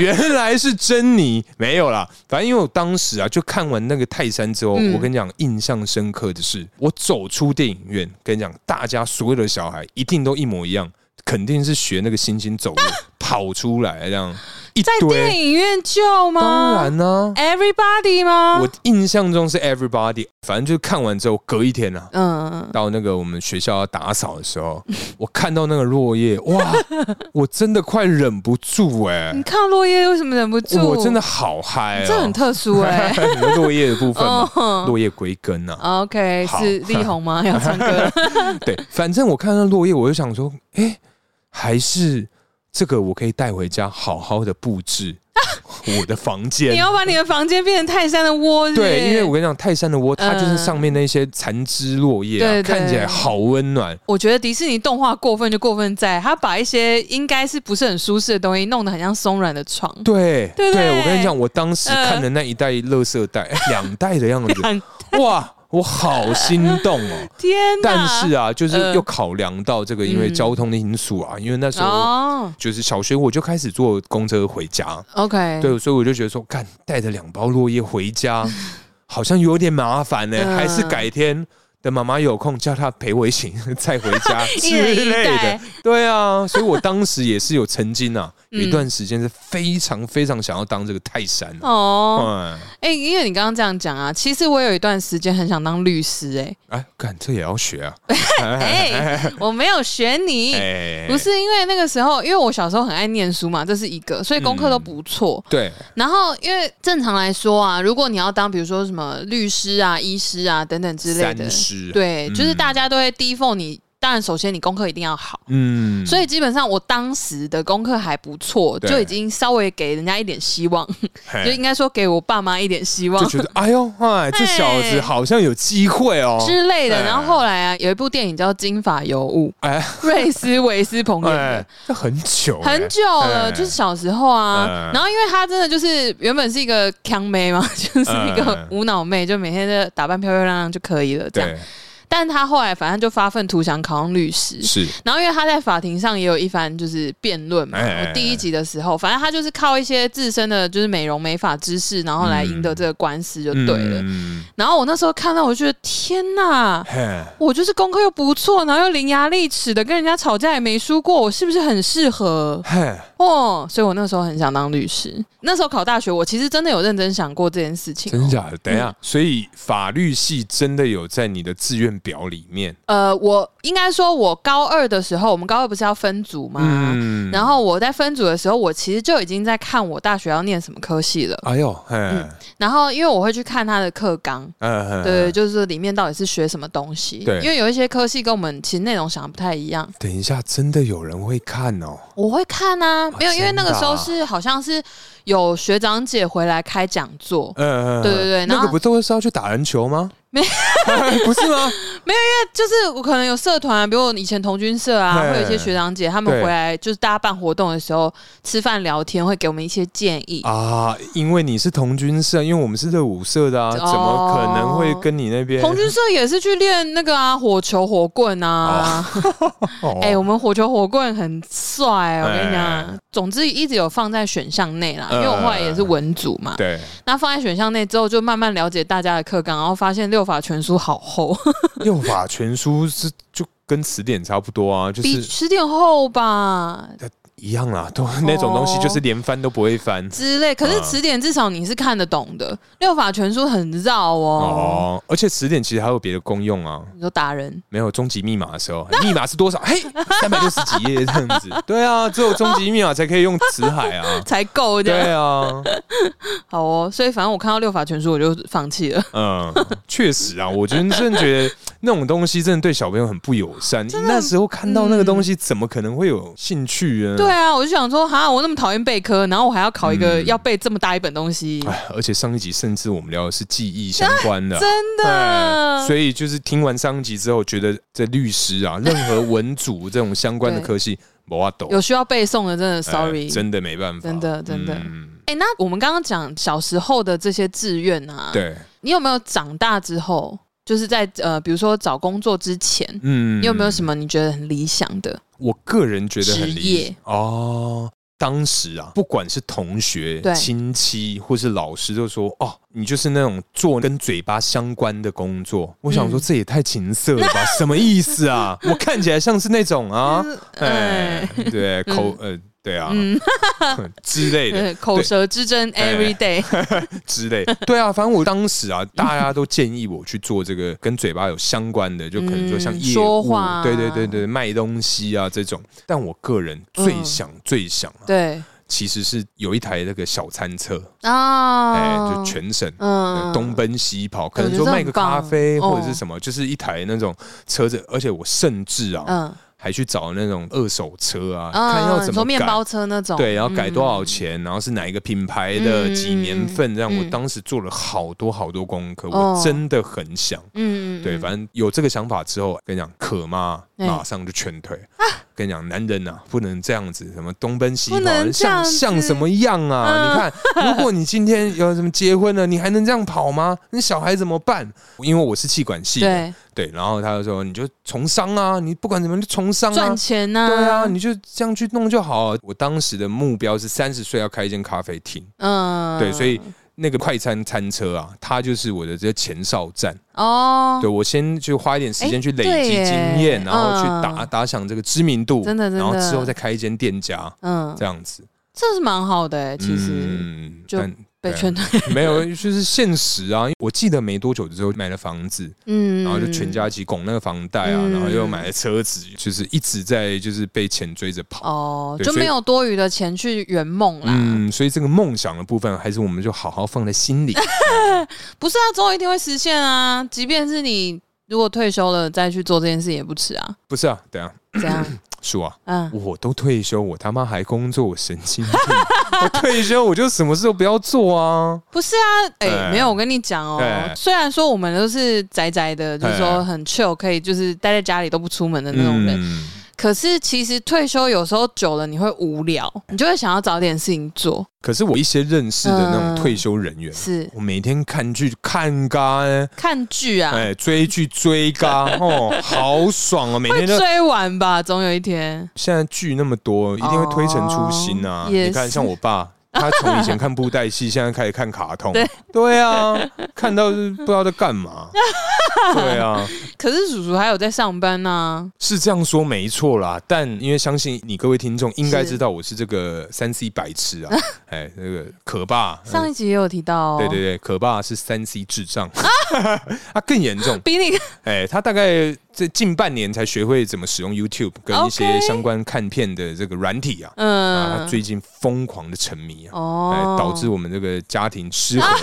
Speaker 1: 原来是珍妮，没有啦。反正因为我当时啊，就看完那个泰山之后，
Speaker 2: 嗯
Speaker 1: 我跟你讲，印象深刻的是，我走出电影院，跟你讲，大家所有的小孩一定都一模一样，肯定是学那个猩猩 走路、跑出来这样一
Speaker 2: 在电
Speaker 1: 堆。
Speaker 2: 影院救吗？
Speaker 1: 当然呢、
Speaker 2: ，Everybody 吗？
Speaker 1: 我印象中是 everybody，反正就是看完之后，隔一天啊。
Speaker 2: 嗯，
Speaker 1: 到那个我们学校要打扫的时 候，我看到那个落叶，哇，我真的快忍不住 哎、
Speaker 2: 你看到落叶为什么忍不住？
Speaker 1: 我真的好嗨、哦，
Speaker 2: 这很特殊哎、
Speaker 1: 你说落叶的部 分嘛，
Speaker 2: 嗯
Speaker 1: 落叶归根啊。
Speaker 2: OK，
Speaker 1: 好
Speaker 2: 是力宏吗？要唱歌 了？
Speaker 1: 对，反正我看到落叶，我就想说，哎、还是这个我可以带回家，好好的布置我的房
Speaker 2: 你
Speaker 1: 间。
Speaker 2: 要欸把你的房间变成泰山的窝是不是
Speaker 1: 对，因为我跟你讲，泰山的窝，它就是
Speaker 2: 嗯
Speaker 1: 上面那些残枝落叶、啊，
Speaker 2: 对对
Speaker 1: 看起来好温暖。
Speaker 2: 我觉得迪士尼动画过分就过分在，他把一些应该是不是很舒适的东西弄得很像松软的床，
Speaker 1: 对，
Speaker 2: 对不对
Speaker 1: 我跟你讲，我当时
Speaker 2: 嗯
Speaker 1: 看的那一袋垃圾 袋，哎两、袋的样子，
Speaker 2: 看
Speaker 1: 哇，我好心动 哦。
Speaker 2: 天哪！
Speaker 1: 但是啊，就是
Speaker 2: 嗯
Speaker 1: 又考量到这个，因为
Speaker 2: 嗯
Speaker 1: 交通的因素啊，因为那时候
Speaker 2: 哦
Speaker 1: 就是小学我就开始坐公车回家，
Speaker 2: ，OK，
Speaker 1: 对，所以我就觉得说， 干带着两包落叶回家，好像有点麻烦呢、
Speaker 2: 嗯
Speaker 1: 还是改天等妈妈有空叫她陪我一起 再回 家
Speaker 3: 一
Speaker 1: 之
Speaker 3: 人一
Speaker 1: 类的
Speaker 3: 袋。
Speaker 1: 对啊，所以我当时也是有曾经 啊，有一
Speaker 3: 嗯
Speaker 1: 段时间是非常非常想要当这个泰山啊。
Speaker 2: 哦，
Speaker 1: 嗯，
Speaker 2: 哎、因为你刚刚这样讲啊，其实我有一段时间很想当律师、
Speaker 1: 哎，干这也要学 啊？
Speaker 2: 哎，哎，我没有学你，
Speaker 1: 哎，
Speaker 2: 不，是因为那个时候，因为我小时候很爱念书嘛，这是一个，所以功课
Speaker 1: 嗯
Speaker 2: 都不错。
Speaker 1: 对，
Speaker 2: 然后，因为正常来说啊，如果你要当比如说什么律师啊、医师啊等等之类的
Speaker 1: 三，师，，
Speaker 2: 对，
Speaker 1: 嗯
Speaker 2: 就是大家都会 default 你。当然，首先你功课一定要好，
Speaker 1: 嗯，
Speaker 2: 所以基本上我当时的功课还不错，
Speaker 1: 对
Speaker 2: 就已经稍微给人家一点希望， 就
Speaker 1: 嘿
Speaker 2: 应该说给我爸妈一点希望
Speaker 1: 就觉得哎呦，哎，这小子好像有机会哦。
Speaker 2: 之类的。
Speaker 1: 哎
Speaker 2: 然后后来啊，有一部电影叫《金发尤物》，
Speaker 1: 哎
Speaker 2: 瑞斯维斯彭演的
Speaker 1: 哎，，这很久哎，
Speaker 2: 很久了，
Speaker 1: 哎
Speaker 2: 就是小时候啊
Speaker 1: 嗯。
Speaker 2: 然后因为她真的就是原本是一个强妹嘛， 就是一个
Speaker 1: 嗯
Speaker 2: 无脑妹，就每天就打扮漂漂亮亮就可以了这样。
Speaker 1: 对，
Speaker 2: 但她后来反正就发愤图强考上律师。
Speaker 1: 是，
Speaker 2: 然后，因为她在法庭上也有一番就是辩论嘛，
Speaker 1: 哎哎哎
Speaker 2: 我第一集的时候，反正她就是靠一些自身的就是美容美发知识，然后来赢得这个官司就对了。
Speaker 1: 嗯，
Speaker 2: 然后我那时候看到，我就觉得天哪，
Speaker 1: 嘿，
Speaker 2: 我就是功课又不错，然后又伶牙俐齿的，跟人家吵架也没输过，我是不是很适合？
Speaker 1: 嘿，
Speaker 2: 哦，所以我那时候很想当律师。那时候考大学，我其实真的有认真想过这件事情、哦
Speaker 1: 真？假的？等一
Speaker 2: 嗯
Speaker 1: 下，所以法律系真的有在你的志愿表里面，
Speaker 2: 呃，我应该说，我高二的时候，我们高二不是要分组吗？
Speaker 1: 嗯，
Speaker 2: 然后我在分组的时候，我其实就已经在看我大学要念什么科系了。
Speaker 1: 哎呦，嘿，
Speaker 2: 然后，因为我会去看他的课纲，
Speaker 1: 嗯，
Speaker 2: 嗯对，
Speaker 1: 对，
Speaker 2: 就是里面到底是学什么东西。
Speaker 1: 对
Speaker 2: 因为有一些科系跟我们其实内容想的不太一样。
Speaker 1: 等一下，真的有人会看哦，
Speaker 2: 我会看啊，没有，因为那个时候
Speaker 1: 真
Speaker 2: 是好像是有学长姐回来开讲座，
Speaker 1: 嗯，
Speaker 2: 对对对然后啊
Speaker 1: 那个不都是要去打篮球吗？
Speaker 2: 没，
Speaker 1: 不是吗？
Speaker 2: 就是我可能有社团、啊，比如我以前同军社啊，
Speaker 1: 对
Speaker 2: 会有一些学长姐，他们
Speaker 1: 对
Speaker 2: 回来就是大家办活动的时候吃饭聊天，会给我们一些建议。
Speaker 1: 啊，因为你是同军社，因为我们是热舞社的啊，
Speaker 2: 哦
Speaker 1: 怎么可能会跟你那边
Speaker 2: 同军社也是去练那个啊，火球火棍啊！
Speaker 1: 哦
Speaker 2: 哎、我们火球火棍很帅、我跟你讲
Speaker 1: 哎。
Speaker 2: 总之一直有放在选项内啦，因
Speaker 1: 嗯
Speaker 2: 为我后来也是文组嘛。
Speaker 1: 对，
Speaker 2: 那放在选项内之后，就慢慢了解大家的课纲，然后发现六法全书好厚，
Speaker 1: 六法全书是就跟词典差不多啊，就
Speaker 2: 比
Speaker 1: 是
Speaker 2: 词典厚吧
Speaker 1: 一样啦，都那种东西就是连翻都不会翻。
Speaker 2: 之类。可是
Speaker 1: 嗯
Speaker 2: 词典至少你是看得懂的，六法全书很绕哦
Speaker 1: 哦，而且词典其实还有别的功用啊，
Speaker 2: 你说打人，。
Speaker 1: 没有终极密码的时候，哎密码是多少？嘿，三百六十几页这样子。对啊，只有终极密码才可以用辞海啊
Speaker 2: 才够
Speaker 1: 对
Speaker 2: 的。
Speaker 1: 啊，
Speaker 2: 好哦，所以反正我看到六法全书，我就放弃了。
Speaker 1: 嗯，确实啊，我觉得真的觉得那种东西真的对小朋友很不友善。你那时候看到那个东西，怎么可能会有兴趣呢？
Speaker 2: 对啊，我就想说，哈，我那么讨厌备科，然后我还要考一个要背这么大一本东西，
Speaker 1: 嗯哎，而且上一集甚至我们聊的是记忆相关的啊、
Speaker 2: 真
Speaker 1: 哎
Speaker 2: 的。
Speaker 1: 所以就是听完上一集之后，觉得这律师 啊，任何文组这种相关的
Speaker 2: 对
Speaker 1: 科系，没法抖。
Speaker 2: 有需要背诵的，真的
Speaker 1: 哎
Speaker 2: ，sorry，
Speaker 1: 真的没办法，
Speaker 2: 真的真的
Speaker 1: 嗯
Speaker 2: 哎、那我们刚刚讲小时候的这些志愿啊，，
Speaker 1: 对，
Speaker 2: 你有没有长大之后，就是在呃，比如说找工作之前，
Speaker 1: 嗯
Speaker 2: 你有没有什
Speaker 1: 么？
Speaker 2: 么你觉得很理想的？
Speaker 1: 我个人觉得很
Speaker 2: 职
Speaker 1: 理
Speaker 2: 业
Speaker 1: 想哦。当时啊，不管是同学
Speaker 2: 对、
Speaker 1: 亲戚或是老师，都说哦，你就是那种做跟嘴巴相关的工作。我想说，
Speaker 2: 嗯
Speaker 1: 这也太情色了 吧？什么意思啊？我看起来像是那种啊，哎，对，口呃，对啊，
Speaker 2: 嗯，
Speaker 1: 之类的
Speaker 2: 对，呃口舌之争
Speaker 1: 哎
Speaker 2: every day，
Speaker 1: 之 类。对啊，反正我当时啊，大家都建议我去做这个跟嘴巴有相关的，就可能说像
Speaker 2: 嗯
Speaker 1: 业
Speaker 2: 说
Speaker 1: 务，
Speaker 2: 话啊
Speaker 1: 对对对对，卖东西啊这种。但我个人最想、最想啊，
Speaker 2: 嗯对
Speaker 1: 其实是有一台那个小餐车，
Speaker 2: 啊，
Speaker 1: 哎、就全省。
Speaker 2: 嗯
Speaker 1: 东奔西跑，可能
Speaker 2: 我
Speaker 1: 说
Speaker 2: 觉得这
Speaker 1: 卖
Speaker 2: 很
Speaker 1: 个
Speaker 2: 棒
Speaker 1: 咖啡
Speaker 2: 哦
Speaker 1: 或者是什么，就是一台那种车子，而且我甚至啊，
Speaker 2: 嗯
Speaker 1: 还去找那种二手车啊，
Speaker 2: 嗯，
Speaker 1: 看要怎
Speaker 2: 你
Speaker 1: 么
Speaker 2: 说面
Speaker 1: 改。
Speaker 2: 包车那种，
Speaker 1: 对，然后改多少
Speaker 2: 嗯？
Speaker 1: 钱，然后是哪一个品牌的，
Speaker 2: 嗯
Speaker 1: 几年份，这样。
Speaker 2: 嗯
Speaker 1: 我当时做了好多好多功课，
Speaker 2: 哦
Speaker 1: 我真的很想。
Speaker 2: 嗯，嗯哎
Speaker 1: 对，反正有这个想法之后，跟你讲，可妈马上就劝退。 跟你讲，男人啊，不能这样子，什么东奔西
Speaker 2: 啊不能
Speaker 1: 跑，
Speaker 2: 这样
Speaker 1: 像
Speaker 2: 子嗯
Speaker 1: 像什么样啊？你看，如果你今天有什么结婚了，你还能这样跑吗？你小孩怎么办？因为我是气管系的，
Speaker 2: 对
Speaker 1: 对，然后他就说，你就从商啊，你不管怎么样就从商啊
Speaker 2: 赚，钱呐，
Speaker 1: 对啊，你就这样去弄就好。我当时的目标是三十岁要开一间咖啡厅，
Speaker 2: 嗯
Speaker 1: 对，所以那个快餐餐车啊，它就是我的这些前哨站。
Speaker 2: 哦，
Speaker 1: 对我先就花一点时间去累积
Speaker 2: 对耶
Speaker 1: 经验，然后去打
Speaker 2: 嗯
Speaker 1: 打响这个知名度，
Speaker 2: 真的真的
Speaker 1: 然后之后再开一间店家，
Speaker 2: 嗯，
Speaker 1: 这样子。
Speaker 2: 这是蛮好的、欸，其实
Speaker 1: 嗯
Speaker 2: 就
Speaker 1: 但
Speaker 2: 被 劝退，
Speaker 1: 没有，就是现实啊。因为我记得没多久之后买了房子，
Speaker 2: 嗯，
Speaker 1: 然后就全家一起拱那个房贷啊，
Speaker 2: 嗯
Speaker 1: 然后又买了车子，就是一直在就是被钱追着跑。
Speaker 2: 哦，
Speaker 1: 对
Speaker 2: 就
Speaker 1: 所以
Speaker 2: 没有多余的钱去圆梦啦。
Speaker 1: 嗯，所以这个梦想的部分，还是我们就好好放在心 里。
Speaker 2: 不是啊，总有一天会实现啊！即便是你如果退休了再去做这件事也不迟啊。
Speaker 1: 不是啊，等一下
Speaker 2: 这样，
Speaker 1: 叔啊，
Speaker 2: 嗯，
Speaker 1: 我都退休，我他妈还工作，我神经病！我退休我就什么事都不要做啊。
Speaker 2: 不是啊，哎、
Speaker 1: 哎
Speaker 2: 没有，我跟你讲哦、
Speaker 1: 哎
Speaker 2: 虽然说我们都是宅宅的，就是说很 chill，可以就是待在家里都不出门 的那种人，
Speaker 1: 嗯
Speaker 2: 可是其实退休有时候久了你会无聊，你就会想要找点事情做。
Speaker 1: 可是我一些认识的那种退休人员，
Speaker 2: 是
Speaker 1: 我每天看剧看嘎、欸，
Speaker 2: 看剧嗯啊，
Speaker 1: 哎、追剧追嘎，哦，好爽哦、每
Speaker 2: 会
Speaker 1: 天都
Speaker 2: 追完吧，总有一天。
Speaker 1: 现在剧那么多，一定会推陈出新啊！
Speaker 2: 哦也
Speaker 1: 你看，
Speaker 2: 是
Speaker 1: 像我爸，他从以前看布袋戏，现在开始看卡 通，对啊，看到就是不知道在干嘛。对啊，
Speaker 2: 可是叔叔还有在上班啊呢、
Speaker 1: 是这样说没错啦，但因为相信你各位听众应该
Speaker 2: 是
Speaker 1: 知道我是这个三 C 白痴 啊，哎，那个可爸，呃
Speaker 2: 上一集也有提到、
Speaker 1: 嗯
Speaker 2: 哦，
Speaker 1: 对对对，可爸是三 C 智 障，他更严重，
Speaker 2: 比你
Speaker 1: 哎，他大概这近半年才学会怎么使用 YouTube 跟一些
Speaker 2: OK
Speaker 1: 相关看片的这个软体啊，啊，他
Speaker 2: 嗯
Speaker 1: 最近疯狂的沉迷啊。哎
Speaker 2: 哦，，
Speaker 1: 导致我们这个家庭失 和。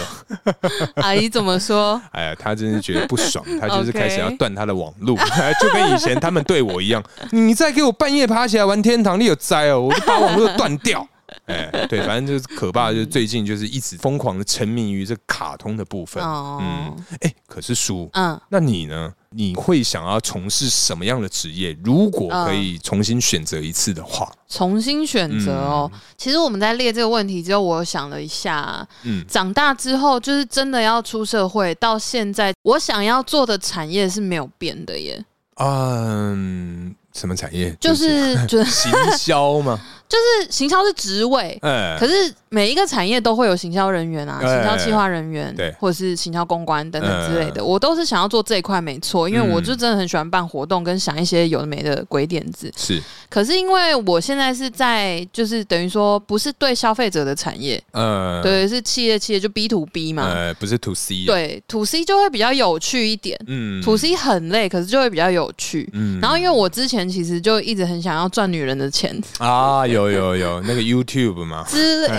Speaker 2: 阿姨怎 么说？
Speaker 1: 哎呀，他真是觉得不爽，他就是
Speaker 2: OK
Speaker 1: 开始要断他的网 路，哎就跟以前他们对我一样，你再给我半夜爬起来玩天堂，你有灾哦，我就把网路断 掉。哎，对，反正就是可怕，就是最近就是一直疯狂的沉迷于这卡通的部分。
Speaker 2: 哦，
Speaker 1: 嗯哎，可是叔，
Speaker 2: 嗯，
Speaker 1: 那你呢？你会想要从事什么样的职业？如果可以
Speaker 2: 哦
Speaker 1: 重新选择一次的话，
Speaker 2: 重新选择哦。其实我们在列这个问题之后，我有想了一下，
Speaker 1: 嗯，
Speaker 2: 长大之后就是真的要出社会，到现在我想要做的产业是没有变的耶，
Speaker 1: 嗯，什么产业？
Speaker 2: 就是就是
Speaker 1: 行销嘛。
Speaker 2: 就是行销是职位。
Speaker 1: 哎，
Speaker 2: 可是每一个产业都会有行销人员啊，
Speaker 1: 哎
Speaker 2: 行销企划人员，
Speaker 1: 对嗯
Speaker 2: 或者是行销公关等等之类的，我都是想要做这一块，没错，因为我就真的很喜欢办活动，跟想一些有的没的鬼点子。
Speaker 1: 是，
Speaker 2: 可是因为我现在是在，就是等于说不是对消费者的产业，
Speaker 1: 呃，
Speaker 2: 对，是企业企业就 B to B 嘛，
Speaker 1: 呃，不是 to C，，
Speaker 2: 对，to C 就会比较有趣一点
Speaker 1: 嗯
Speaker 2: ，to C 很累，可是就会比较有趣。
Speaker 1: 嗯
Speaker 2: 然后因为我之前其实就一直很想要赚女人的钱
Speaker 1: 啊，有有有那个 YouTube 嘛，哎
Speaker 2: 之类，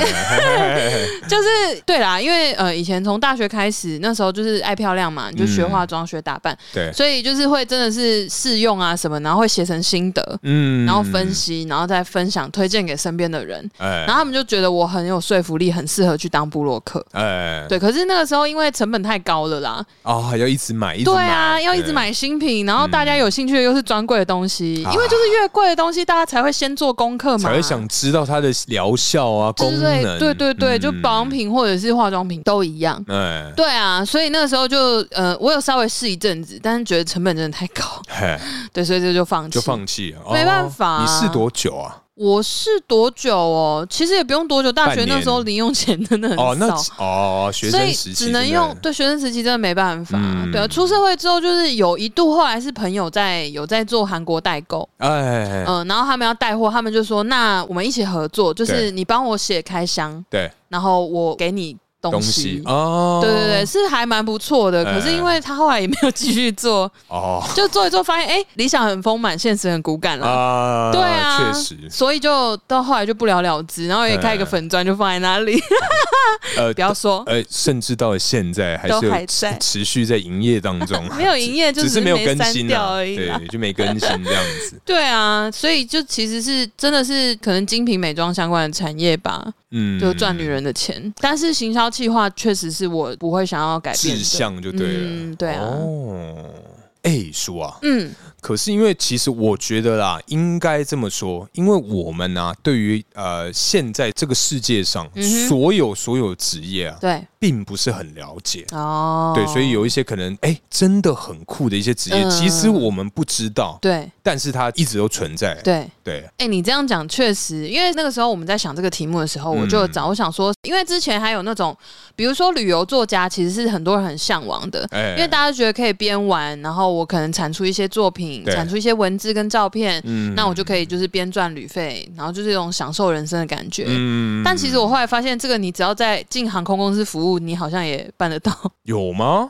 Speaker 2: 就是对啦，因为呃以前从大学开始，那时候就是爱漂亮嘛，你就学化
Speaker 1: 嗯
Speaker 2: 妆、学打扮，
Speaker 1: 对，
Speaker 2: 所以 就是会真的是试用啊什么，然后会写成心得，
Speaker 1: 嗯
Speaker 2: 然后分，析，然后再分享推荐给身边的人。
Speaker 1: 哎
Speaker 2: 然后他们就觉得我很有说服力，很适合去当布洛克。
Speaker 1: 哎，
Speaker 2: 对，可是那个时候因为成本太高了啦，
Speaker 1: 啊，要一直买，一直
Speaker 2: 对
Speaker 1: 买
Speaker 2: 啊，要一直，买新品，然后大家有兴趣的又是专柜的东西，因为就是越贵的东西，大家才会先做功课
Speaker 1: 对嗯
Speaker 2: 嘛，
Speaker 1: 才会想知道它的疗效啊，
Speaker 2: 之
Speaker 1: 功
Speaker 2: 类，
Speaker 1: 能，
Speaker 2: 对对对，
Speaker 1: 嗯
Speaker 2: 就保养，品或者是化妆品都一样。
Speaker 1: 哎，
Speaker 2: 对啊，所以那个时候就呃，我有稍微试一阵子，但是觉得成本真的太高，
Speaker 1: 嘿，
Speaker 2: 对，所以这就放弃。
Speaker 1: 就放弃了，哦
Speaker 2: 没办法啊
Speaker 1: 你试多久啊？
Speaker 2: 我是多久哦？其实也不用多久，大学
Speaker 1: 半年
Speaker 2: 那时候零用钱真的很少。
Speaker 1: 哦，那哦，学
Speaker 2: 所
Speaker 1: 生
Speaker 2: 以
Speaker 1: 时期
Speaker 2: 只
Speaker 1: 真
Speaker 2: 能
Speaker 1: 的
Speaker 2: 用对学生时期真的没办法，
Speaker 1: 嗯
Speaker 2: 对啊，出社会之后就是有一度后来是朋友在有在做韩国代购，
Speaker 1: 哎，
Speaker 2: 嗯、然后他们要带货，他们就说那我们一起合作，就是
Speaker 1: 对
Speaker 2: 你帮我写开箱，
Speaker 1: 对，
Speaker 2: 然后我给你嗯东
Speaker 1: 东
Speaker 2: 西
Speaker 1: 西。哦，
Speaker 2: 对对对，，是还蛮不错的，
Speaker 1: 哎
Speaker 2: 可是因为他后来也没有继续做，
Speaker 1: 哦
Speaker 2: 就做一做发现，哎、理想很丰满，现实很骨感了，
Speaker 1: 啊，
Speaker 2: 对啊，
Speaker 1: 确实，
Speaker 2: 所以就到后来就不了了之，然后也开一个
Speaker 1: 哎
Speaker 2: 粉砖就放在那里，
Speaker 1: 呃
Speaker 2: 不，要说
Speaker 1: 呃，甚至到了现在还
Speaker 2: 都
Speaker 1: 是
Speaker 2: 还
Speaker 1: 有
Speaker 2: 在
Speaker 1: 持持续在营业当中
Speaker 2: ，没有营业，就
Speaker 1: 只是没有更
Speaker 2: 删
Speaker 1: 新
Speaker 2: 掉
Speaker 1: 啊
Speaker 2: 而已啦。
Speaker 1: 对，就没更新这样子
Speaker 2: 对啊，所以就其实是真的是可能精品美妆相关的产业吧，
Speaker 1: 嗯，
Speaker 2: 就赚女人的钱。但是行销计划确实是我不会想要改变
Speaker 1: 志
Speaker 2: 的。
Speaker 1: 向就对了。
Speaker 2: 嗯对啊
Speaker 1: 哦，哎，叔啊，
Speaker 2: 嗯，
Speaker 1: 可是因为其实我觉得啦，应该这么说，因为我们呢、啊，对于呃现在这个世界上、
Speaker 2: 嗯哼
Speaker 1: 所有所有职业啊，
Speaker 2: 对，
Speaker 1: 并不是很了解。
Speaker 2: 哦，
Speaker 1: 对，所以有一些可能哎、真的很酷的一些职业，
Speaker 2: 嗯
Speaker 1: 其实我们不知道，
Speaker 2: 对
Speaker 1: 但是它一直都存在。
Speaker 2: 对。
Speaker 1: 对，
Speaker 2: 哎、你这样讲确实，因为那个时候我们在想这个题目的时候，我就有
Speaker 1: 嗯
Speaker 2: 找，我想说，因为之前还有那种，比如说旅游作家，其实是很多人很向往的，
Speaker 1: 哎，
Speaker 2: 因为大家觉得可以边玩，然后我可能产出一些作品，
Speaker 1: 对
Speaker 2: 产出一些文字跟照片，
Speaker 1: 嗯
Speaker 2: 那我就可以就是边赚旅费，然后就是一种享受人生的感觉。
Speaker 1: 嗯
Speaker 2: 但其实我后来发现，这个你只要在进航空公司服务，你好像也办得到。
Speaker 1: 有吗？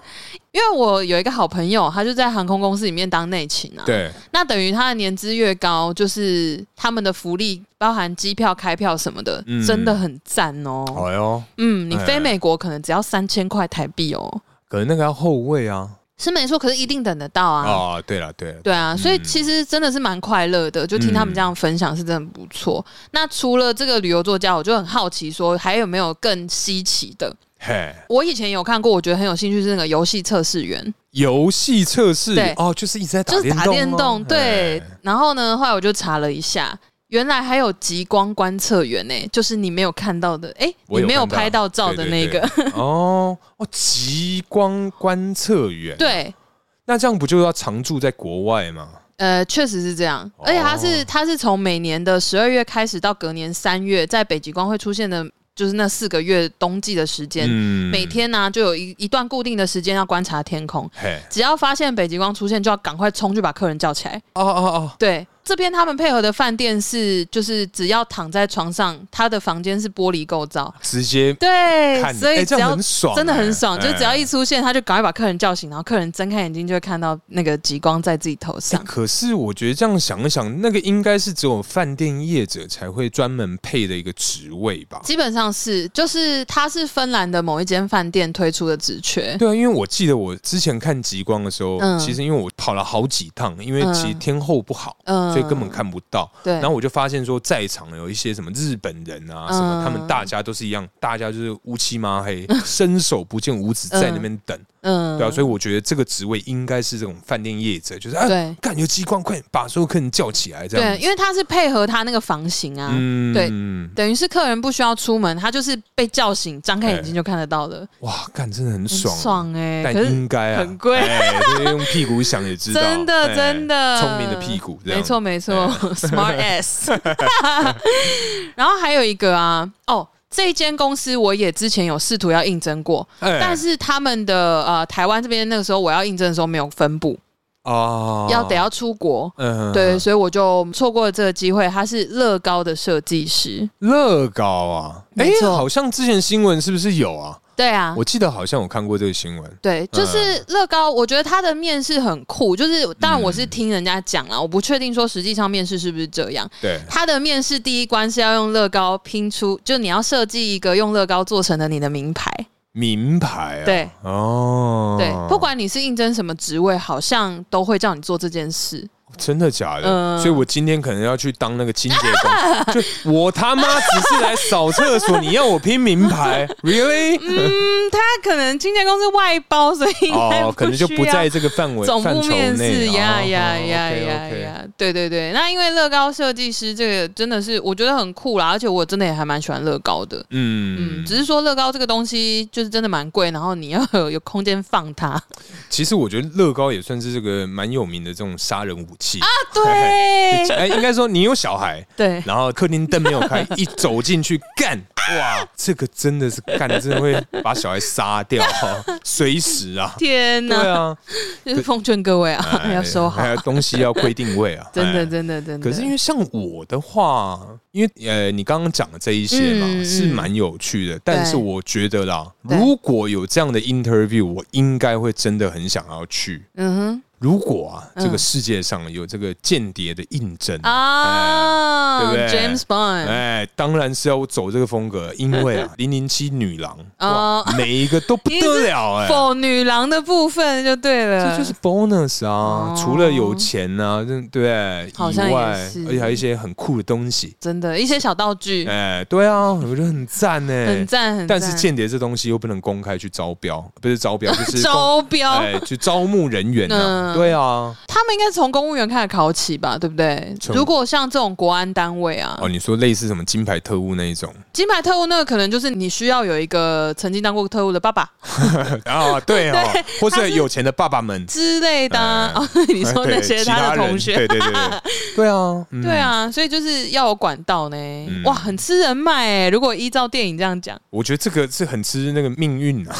Speaker 2: 因为我有一个好朋友，他就在航空公司里面当内勤啊。
Speaker 1: 对，
Speaker 2: 那等于他的年资越高，就是他们的福利，包含机票、开票什么的，
Speaker 1: 嗯
Speaker 2: 真的很赞哦。
Speaker 1: 哎呦，
Speaker 2: 嗯，你
Speaker 1: 哎
Speaker 2: 飞美国可能只要三千块台币哦，
Speaker 1: 可能那个要后卫啊。
Speaker 2: 是没错，可是一定等得到啊。
Speaker 1: 啊，对了，对了，
Speaker 2: 对啊，所以其实真的是蛮快乐的，就听他们这样分享是真的不错。那除了这个旅游作家，我就很好奇说还有没有更稀奇的？
Speaker 1: 嘿，
Speaker 2: 我以前有看过，我觉得很有兴趣是那个游戏测试员，
Speaker 1: 游戏测试
Speaker 2: 对
Speaker 1: 哦，就是一直在
Speaker 2: 就是打
Speaker 1: 动哦
Speaker 2: 电动。对
Speaker 1: 嘿，
Speaker 2: 然后呢，后来我就查了一下，原来还有极光观测员呢、就是你没有看到的，哎、
Speaker 1: 我
Speaker 2: 你
Speaker 1: 有
Speaker 2: 没有
Speaker 1: 看到
Speaker 2: 拍到照的那个，
Speaker 1: 哦哦，极光观测员，，
Speaker 2: 对。
Speaker 1: 那这样不就要常住在国外吗？
Speaker 2: 呃，确实是这样，
Speaker 1: 哦
Speaker 2: 而且它是它是从每年的十二月开始到隔年三月，在北极光会出现的，就是那四个月冬季的时间，
Speaker 1: 嗯
Speaker 2: 每天呢、啊就有一一段固定的时间要观察天空。
Speaker 1: 嘿，
Speaker 2: 只要发现北极光出现，就要赶快冲去把客人叫起来。
Speaker 1: 哦哦
Speaker 2: 对，这边他们配合的饭店是，就是只要躺在床上，他的房间是玻璃构造
Speaker 1: 哦，，直接
Speaker 2: 对，
Speaker 1: 看，
Speaker 2: 所以
Speaker 1: 哎
Speaker 2: 只
Speaker 1: 这
Speaker 2: 要
Speaker 1: 样很爽，
Speaker 2: 真的很爽，
Speaker 1: 哎
Speaker 2: 就只要一
Speaker 1: 哎
Speaker 2: 出现，他就赶快把客人叫醒，然后客人睁开眼睛就会看到那个极光在自己头上。
Speaker 1: 哎可是我觉得这样想一想，那个应该是只有饭店业者才会专门配的一个职位吧？
Speaker 2: 基本上是，就是它是芬兰的某一间饭店推出的职缺。
Speaker 1: 对啊，因为我记得我之前看极光的时候，
Speaker 2: 嗯
Speaker 1: 其实因为我跑了好几趟，因为其实
Speaker 2: 嗯
Speaker 1: 天候不好，
Speaker 2: 嗯
Speaker 1: 所以根本看不到。
Speaker 2: 对，
Speaker 1: 然后我就发现说，在场有一些什么日本人啊，
Speaker 2: 嗯
Speaker 1: 什么他们大家都是一样，大家就是乌漆嘛 黑，伸手不见五指，在那边等，
Speaker 2: 嗯
Speaker 1: 对啊，所以我觉得这个职位应该是这种饭店业者，就是啊，
Speaker 2: 对
Speaker 1: 感觉激光，快点把所有客人叫起来，这样
Speaker 2: 对，
Speaker 1: 子，
Speaker 2: 因为它是配合它那个房型啊，
Speaker 1: 嗯
Speaker 2: 对等于是客人不需要出门，他就是被叫醒，张开眼睛就看得到了，
Speaker 1: 哇，干真的很
Speaker 2: 很
Speaker 1: 哎爽，
Speaker 2: 爽哎、
Speaker 1: 但
Speaker 2: 可是
Speaker 1: 应该啊，
Speaker 2: 很贵
Speaker 1: 哎，这个用屁股想也知道，
Speaker 2: 真的
Speaker 1: 哎
Speaker 2: 真的
Speaker 1: 聪明的屁股，这样
Speaker 2: 没错，没错，smart ass。然后还有一个啊，哦，这间公司我也之前有试图要应征过，
Speaker 1: 哎
Speaker 2: 但是他们的呃台湾这边那个时候我要应征的时候没有分布，
Speaker 1: 哦，
Speaker 2: 要得，要出国。
Speaker 1: 嗯
Speaker 2: 对，，所以我就错过了这个机会。他是乐高的设计师，
Speaker 1: 乐高啊，哎
Speaker 2: 没，错
Speaker 1: 好像之前新闻是不是有啊？
Speaker 2: 对啊，
Speaker 1: 我记嗯得好像有看过这个新闻。
Speaker 2: 对，就是乐高。我觉得他的面试很酷，就是当然我
Speaker 1: 嗯
Speaker 2: 是听人家讲啦，我不确定说实际上面试是不是这样。
Speaker 1: 对，
Speaker 2: 他的面试第一关是要用乐高拼出，就你要设计一个用乐高做成的你的名牌。
Speaker 1: 名牌啊，
Speaker 2: 对
Speaker 1: 哦，
Speaker 2: 对，不管你是应征什么职位，好像都会叫你做这件事。
Speaker 1: 真的假的，
Speaker 2: 嗯
Speaker 1: 所以我今天可能要去当那个清洁工，就我他妈只是来扫厕所， 你要我拼名牌，really？
Speaker 2: 嗯，他可能今天公司外包，所以应该
Speaker 1: 哦，可能就
Speaker 2: 需
Speaker 1: 不
Speaker 2: 要
Speaker 1: 在这个范围
Speaker 2: 总
Speaker 1: 范
Speaker 2: 部
Speaker 1: 畴
Speaker 2: 面试
Speaker 1: 内，
Speaker 2: 呀
Speaker 1: 哦
Speaker 2: 呀
Speaker 1: 哦
Speaker 2: 呀
Speaker 1: ，OK，
Speaker 2: 呀
Speaker 1: OK
Speaker 2: 呀！对对对，那因为乐高设计师这个真的是我觉得很酷啦，而且我真的也还蛮喜欢乐高的。嗯，
Speaker 1: 嗯，
Speaker 2: 只是说乐高这个东西就是真的蛮贵，然后你要有有空间放它啊。
Speaker 1: 其实我觉得乐高也算是这个蛮有名的这种杀人武器啊，
Speaker 2: 对
Speaker 1: 哎，应该说你有小孩，
Speaker 2: 对，
Speaker 1: 然后客厅灯没有开，一走进去干，哇，这个真的是干，真的会把小孩杀掉， 随时啊，
Speaker 2: 天
Speaker 1: 对
Speaker 2: 哪！
Speaker 1: 啊，
Speaker 2: 就是奉劝各位啊，
Speaker 1: 哎
Speaker 2: 要收好
Speaker 1: 还，有东西要规定位啊，
Speaker 2: 真
Speaker 1: 哎
Speaker 2: 的真的真的。
Speaker 1: 可是因为像我的话，因为呃，你刚刚讲的这一些嘛，
Speaker 2: 嗯嗯
Speaker 1: 是蛮有趣的。但是
Speaker 2: 对
Speaker 1: 我觉得啦，
Speaker 2: 对
Speaker 1: 如果有这样的 interview，我应该会真的很想要去。
Speaker 2: 嗯
Speaker 1: 如果啊，
Speaker 2: 嗯
Speaker 1: 这个世界上有这个间谍的印证
Speaker 2: 哼，啊，
Speaker 1: 哎对不对
Speaker 2: James Bond
Speaker 1: 哎，当然是要走这个风格，因为 啊，零零七女郎哇
Speaker 2: 哦，
Speaker 1: 每一个都不得了哎、
Speaker 2: 否女郎的部分就对了，
Speaker 1: 这就是 bonus 啊！
Speaker 2: 哦
Speaker 1: 除了有钱啊，对不对？
Speaker 2: 好
Speaker 1: 以
Speaker 2: 像也
Speaker 1: 外，
Speaker 2: 是
Speaker 1: 而且还有一些很酷的东西。
Speaker 2: 真的一些小道具，
Speaker 1: 哎，对啊，我觉得很赞呢。
Speaker 2: 很赞很
Speaker 1: 但
Speaker 2: 赞。
Speaker 1: 是间谍这东西又不能 公开去招标，不是招标，就是公
Speaker 2: 招标，
Speaker 1: 哎，去招募人员啊。
Speaker 2: 嗯
Speaker 1: 对啊，
Speaker 2: 他他们应该从公务员开始考起吧，对不对？
Speaker 1: 从
Speaker 2: 如果像这种国安单位啊，
Speaker 1: 哦，你说类似什么金牌特务那一种
Speaker 2: 金牌特务那个可能就是你需要有一个曾经当过特务的爸爸
Speaker 1: 啊？ 对哦，或是有钱的爸爸们，
Speaker 2: 之类的啊、
Speaker 1: 嗯
Speaker 2: 哦。 你说那些
Speaker 1: 对其
Speaker 2: 他的
Speaker 1: 人
Speaker 2: 同学，
Speaker 1: 对对对 对，对啊，嗯
Speaker 2: 对，啊，所以就是要有管道呢。哇，很吃人脉哎、如果依照电影这样讲，
Speaker 1: 我觉得这个是很吃那个命运 啊，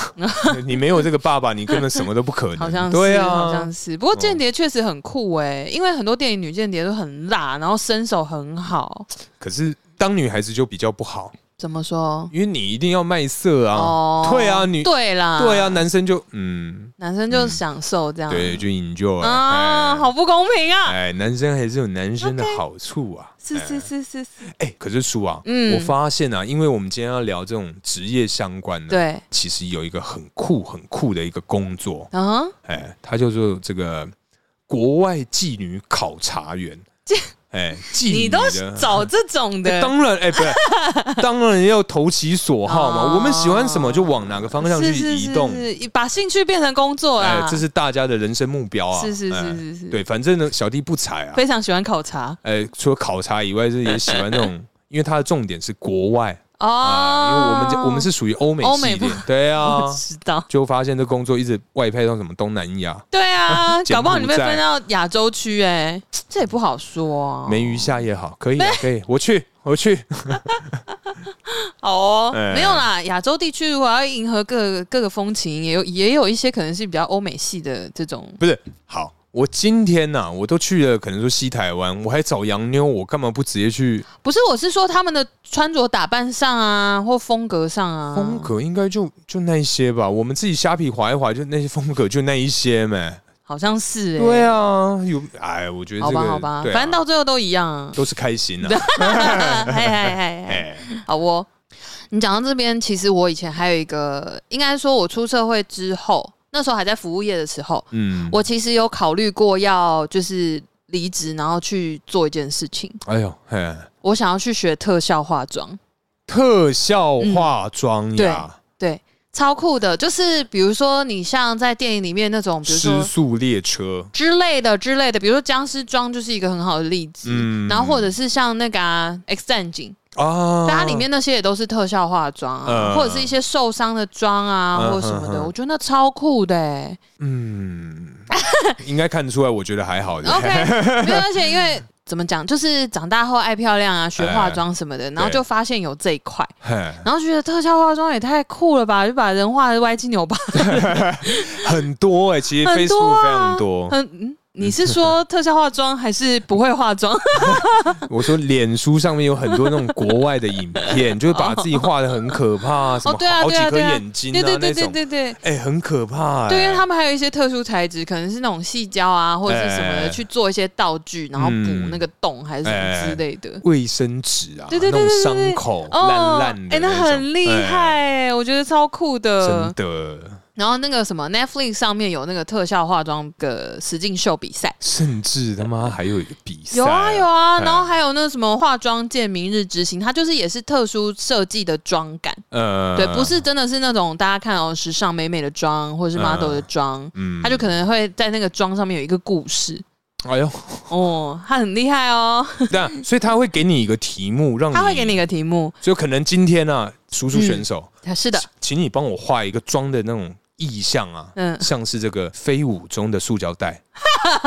Speaker 1: 你没有这个爸爸，你根本什么都不可能，
Speaker 2: 好像是，
Speaker 1: 对啊，哦
Speaker 2: 好像是。不过间谍确实很酷哎、因为很多电影女间谍都很辣，然后身手很好。
Speaker 1: 可是当女孩子就比较不好，
Speaker 2: 怎么说？
Speaker 1: 因为你一定要卖色啊，
Speaker 2: 哦
Speaker 1: 对啊，女
Speaker 2: 对啦，
Speaker 1: 对啊，，男生就嗯，
Speaker 2: 男生就享受这样。
Speaker 1: 对，就 enjoy
Speaker 2: 啊，
Speaker 1: 哎
Speaker 2: 好不公平啊！
Speaker 1: 哎，男生还是有男生的好处啊。
Speaker 2: 是是是是是，
Speaker 1: 哎，可是叔啊，
Speaker 2: 嗯
Speaker 1: 我发现啊，因为我们今天要聊这种职业相关的，
Speaker 2: 对，
Speaker 1: 其实有一个很酷很酷的一个工作，
Speaker 2: 嗯哼，
Speaker 1: 哎，它叫做这个国外妓女考察员。哎，妓
Speaker 2: 你
Speaker 1: 女
Speaker 2: 都
Speaker 1: 的
Speaker 2: 找这种
Speaker 1: 哎
Speaker 2: 的，
Speaker 1: 当然，哎、不对， 当然要投其所好嘛。
Speaker 2: 哦
Speaker 1: 我们喜欢什么就往哪个方向去
Speaker 2: 是是
Speaker 1: 移动，
Speaker 2: 是是把兴趣变成工作啊
Speaker 1: 哎
Speaker 2: 啦，。
Speaker 1: 这是大家的人生目标啊。
Speaker 2: 是是
Speaker 1: 哎
Speaker 2: 是是是，
Speaker 1: 对，反正呢，小弟不才啊，
Speaker 2: 非常喜欢考察
Speaker 1: 哎，除了考察以外，是也喜欢那种，因为他的重点是国外啊，因为我
Speaker 2: 哦
Speaker 1: 们这我们是属于欧美
Speaker 2: 欧美
Speaker 1: 系列
Speaker 2: 部，
Speaker 1: 对 啊
Speaker 2: 我，知道，
Speaker 1: 就发现这工作一直外派到什么东南亚、
Speaker 2: 对 啊，
Speaker 1: 柬
Speaker 2: 搞不好你被
Speaker 1: 埔寨
Speaker 2: 分到亚洲区哎，这也不好说啊。
Speaker 1: 梅鱼下也好，可以啊， 可以，我去，我去，
Speaker 2: 好哦
Speaker 1: 哎，
Speaker 2: 没有啦，亚洲地区如果要迎合各个各个风情，也有也有一些可能是比较欧美系的这种
Speaker 1: 不是好。我今天呐、我都去了，可能说西台湾，我还找洋妞，我干嘛不直接去
Speaker 2: 不是，我是说他们的穿着打扮上啊，或风格上啊，
Speaker 1: 风格应该就就那一些吧，我们自己虾皮划一划，就那些风格就那一些呗。
Speaker 2: 好像是哎、
Speaker 1: 对啊，有哎，我觉得
Speaker 2: 好
Speaker 1: 这个
Speaker 2: 吧好吧，
Speaker 1: 对啊
Speaker 2: 反正到最后都一样 啊。
Speaker 1: 都是开心 啊。
Speaker 2: 嗨嗨嗨嗨，
Speaker 1: 哎，
Speaker 2: 好哦。你讲到这边，其实我以前还有一个，应该说我出社会之后，那时候还在服务业的时候，
Speaker 1: 嗯，
Speaker 2: 我其实有考虑过要就是离职，然后去做一件事情，
Speaker 1: 哎呦，嘿，
Speaker 2: 我想要去学特效化妆。
Speaker 1: 特效化妆呀，
Speaker 2: 嗯对，超酷的，就是比如说你像在电影里面那种，比如
Speaker 1: 失
Speaker 2: 说
Speaker 1: 速列车，
Speaker 2: 之类的之类的，比如说僵尸妆就是一个很好的例子。
Speaker 1: 嗯
Speaker 2: 然后或者是像那个、啊《X 战警》
Speaker 1: 啊，
Speaker 2: 但它里面那些也都是特效化妆啊，
Speaker 1: 嗯
Speaker 2: 或者是一些受伤的妆啊，
Speaker 1: 嗯
Speaker 2: 或者什么的，
Speaker 1: 嗯嗯
Speaker 2: 我觉得那超酷的、欸。
Speaker 1: 嗯， 应该看得出来，我觉得还好的。
Speaker 2: OK，没有，而且因为怎么讲，就是长大后爱漂亮啊，学化妆什么的，然后就发现有这一块，
Speaker 1: 嘿
Speaker 2: 然后觉得特效化妆也太酷了
Speaker 1: 哎
Speaker 2: 吧，就把人画的歪七扭八。
Speaker 1: 很多哎，其实
Speaker 2: 很多
Speaker 1: Facebook
Speaker 2: 啊
Speaker 1: 非常 多。
Speaker 2: 嗯 嗯，你是说特效化妆还是不会化妆？
Speaker 1: 我说脸书上面有很多那种国外的影 片，就是把自己画的很可怕，什么
Speaker 2: 哦，对啊，
Speaker 1: 好
Speaker 2: 对
Speaker 1: 几
Speaker 2: 啊，
Speaker 1: 颗
Speaker 2: 对啊，
Speaker 1: 眼睛
Speaker 2: 对
Speaker 1: 啊
Speaker 2: 对
Speaker 1: 那
Speaker 2: 对对
Speaker 1: 种。
Speaker 2: 对对。
Speaker 1: 哎、很可怕、哎
Speaker 2: 对，因啊为他们还有一些特殊材质，可能是那种细胶啊，或者是什么
Speaker 1: 哎
Speaker 2: 的，去做一些道具，然后补
Speaker 1: 嗯
Speaker 2: 那个洞还是什么
Speaker 1: 哎
Speaker 2: 之类的。
Speaker 1: 卫生纸啊，
Speaker 2: 对对对
Speaker 1: 那
Speaker 2: 对对
Speaker 1: 种
Speaker 2: 对
Speaker 1: 伤口
Speaker 2: 哦
Speaker 1: 烂烂的
Speaker 2: 哎，
Speaker 1: 种，
Speaker 2: 那很厉
Speaker 1: 哎、
Speaker 2: 害哎，我觉得超酷的
Speaker 1: 真。的，
Speaker 2: 然后那个什么 Netflix 上面有那个特效化妆的实境秀比赛，
Speaker 1: 甚至他妈还有一个比赛，
Speaker 2: 有啊有啊，
Speaker 1: 哎
Speaker 2: 然后还有那什么化妆界明日之星，它就是也是特殊设计的妆感，
Speaker 1: 呃，
Speaker 2: 对，不是真的是那种大家看哦时尚美美的妆或者是 model 的妆，
Speaker 1: 嗯
Speaker 2: 它就可能会在那个妆上面有一个故事
Speaker 1: 哎呦，
Speaker 2: 哦，它很厉害哦，
Speaker 1: 那所以他会给你一个题目，让
Speaker 2: 它会给你一，个题目，
Speaker 1: 就可能今天啊，叔叔选手，
Speaker 2: 啊是的，
Speaker 1: 请你帮我画一个妆的那种意象啊，
Speaker 2: 嗯，
Speaker 1: 像是这个飞舞中的塑胶 袋，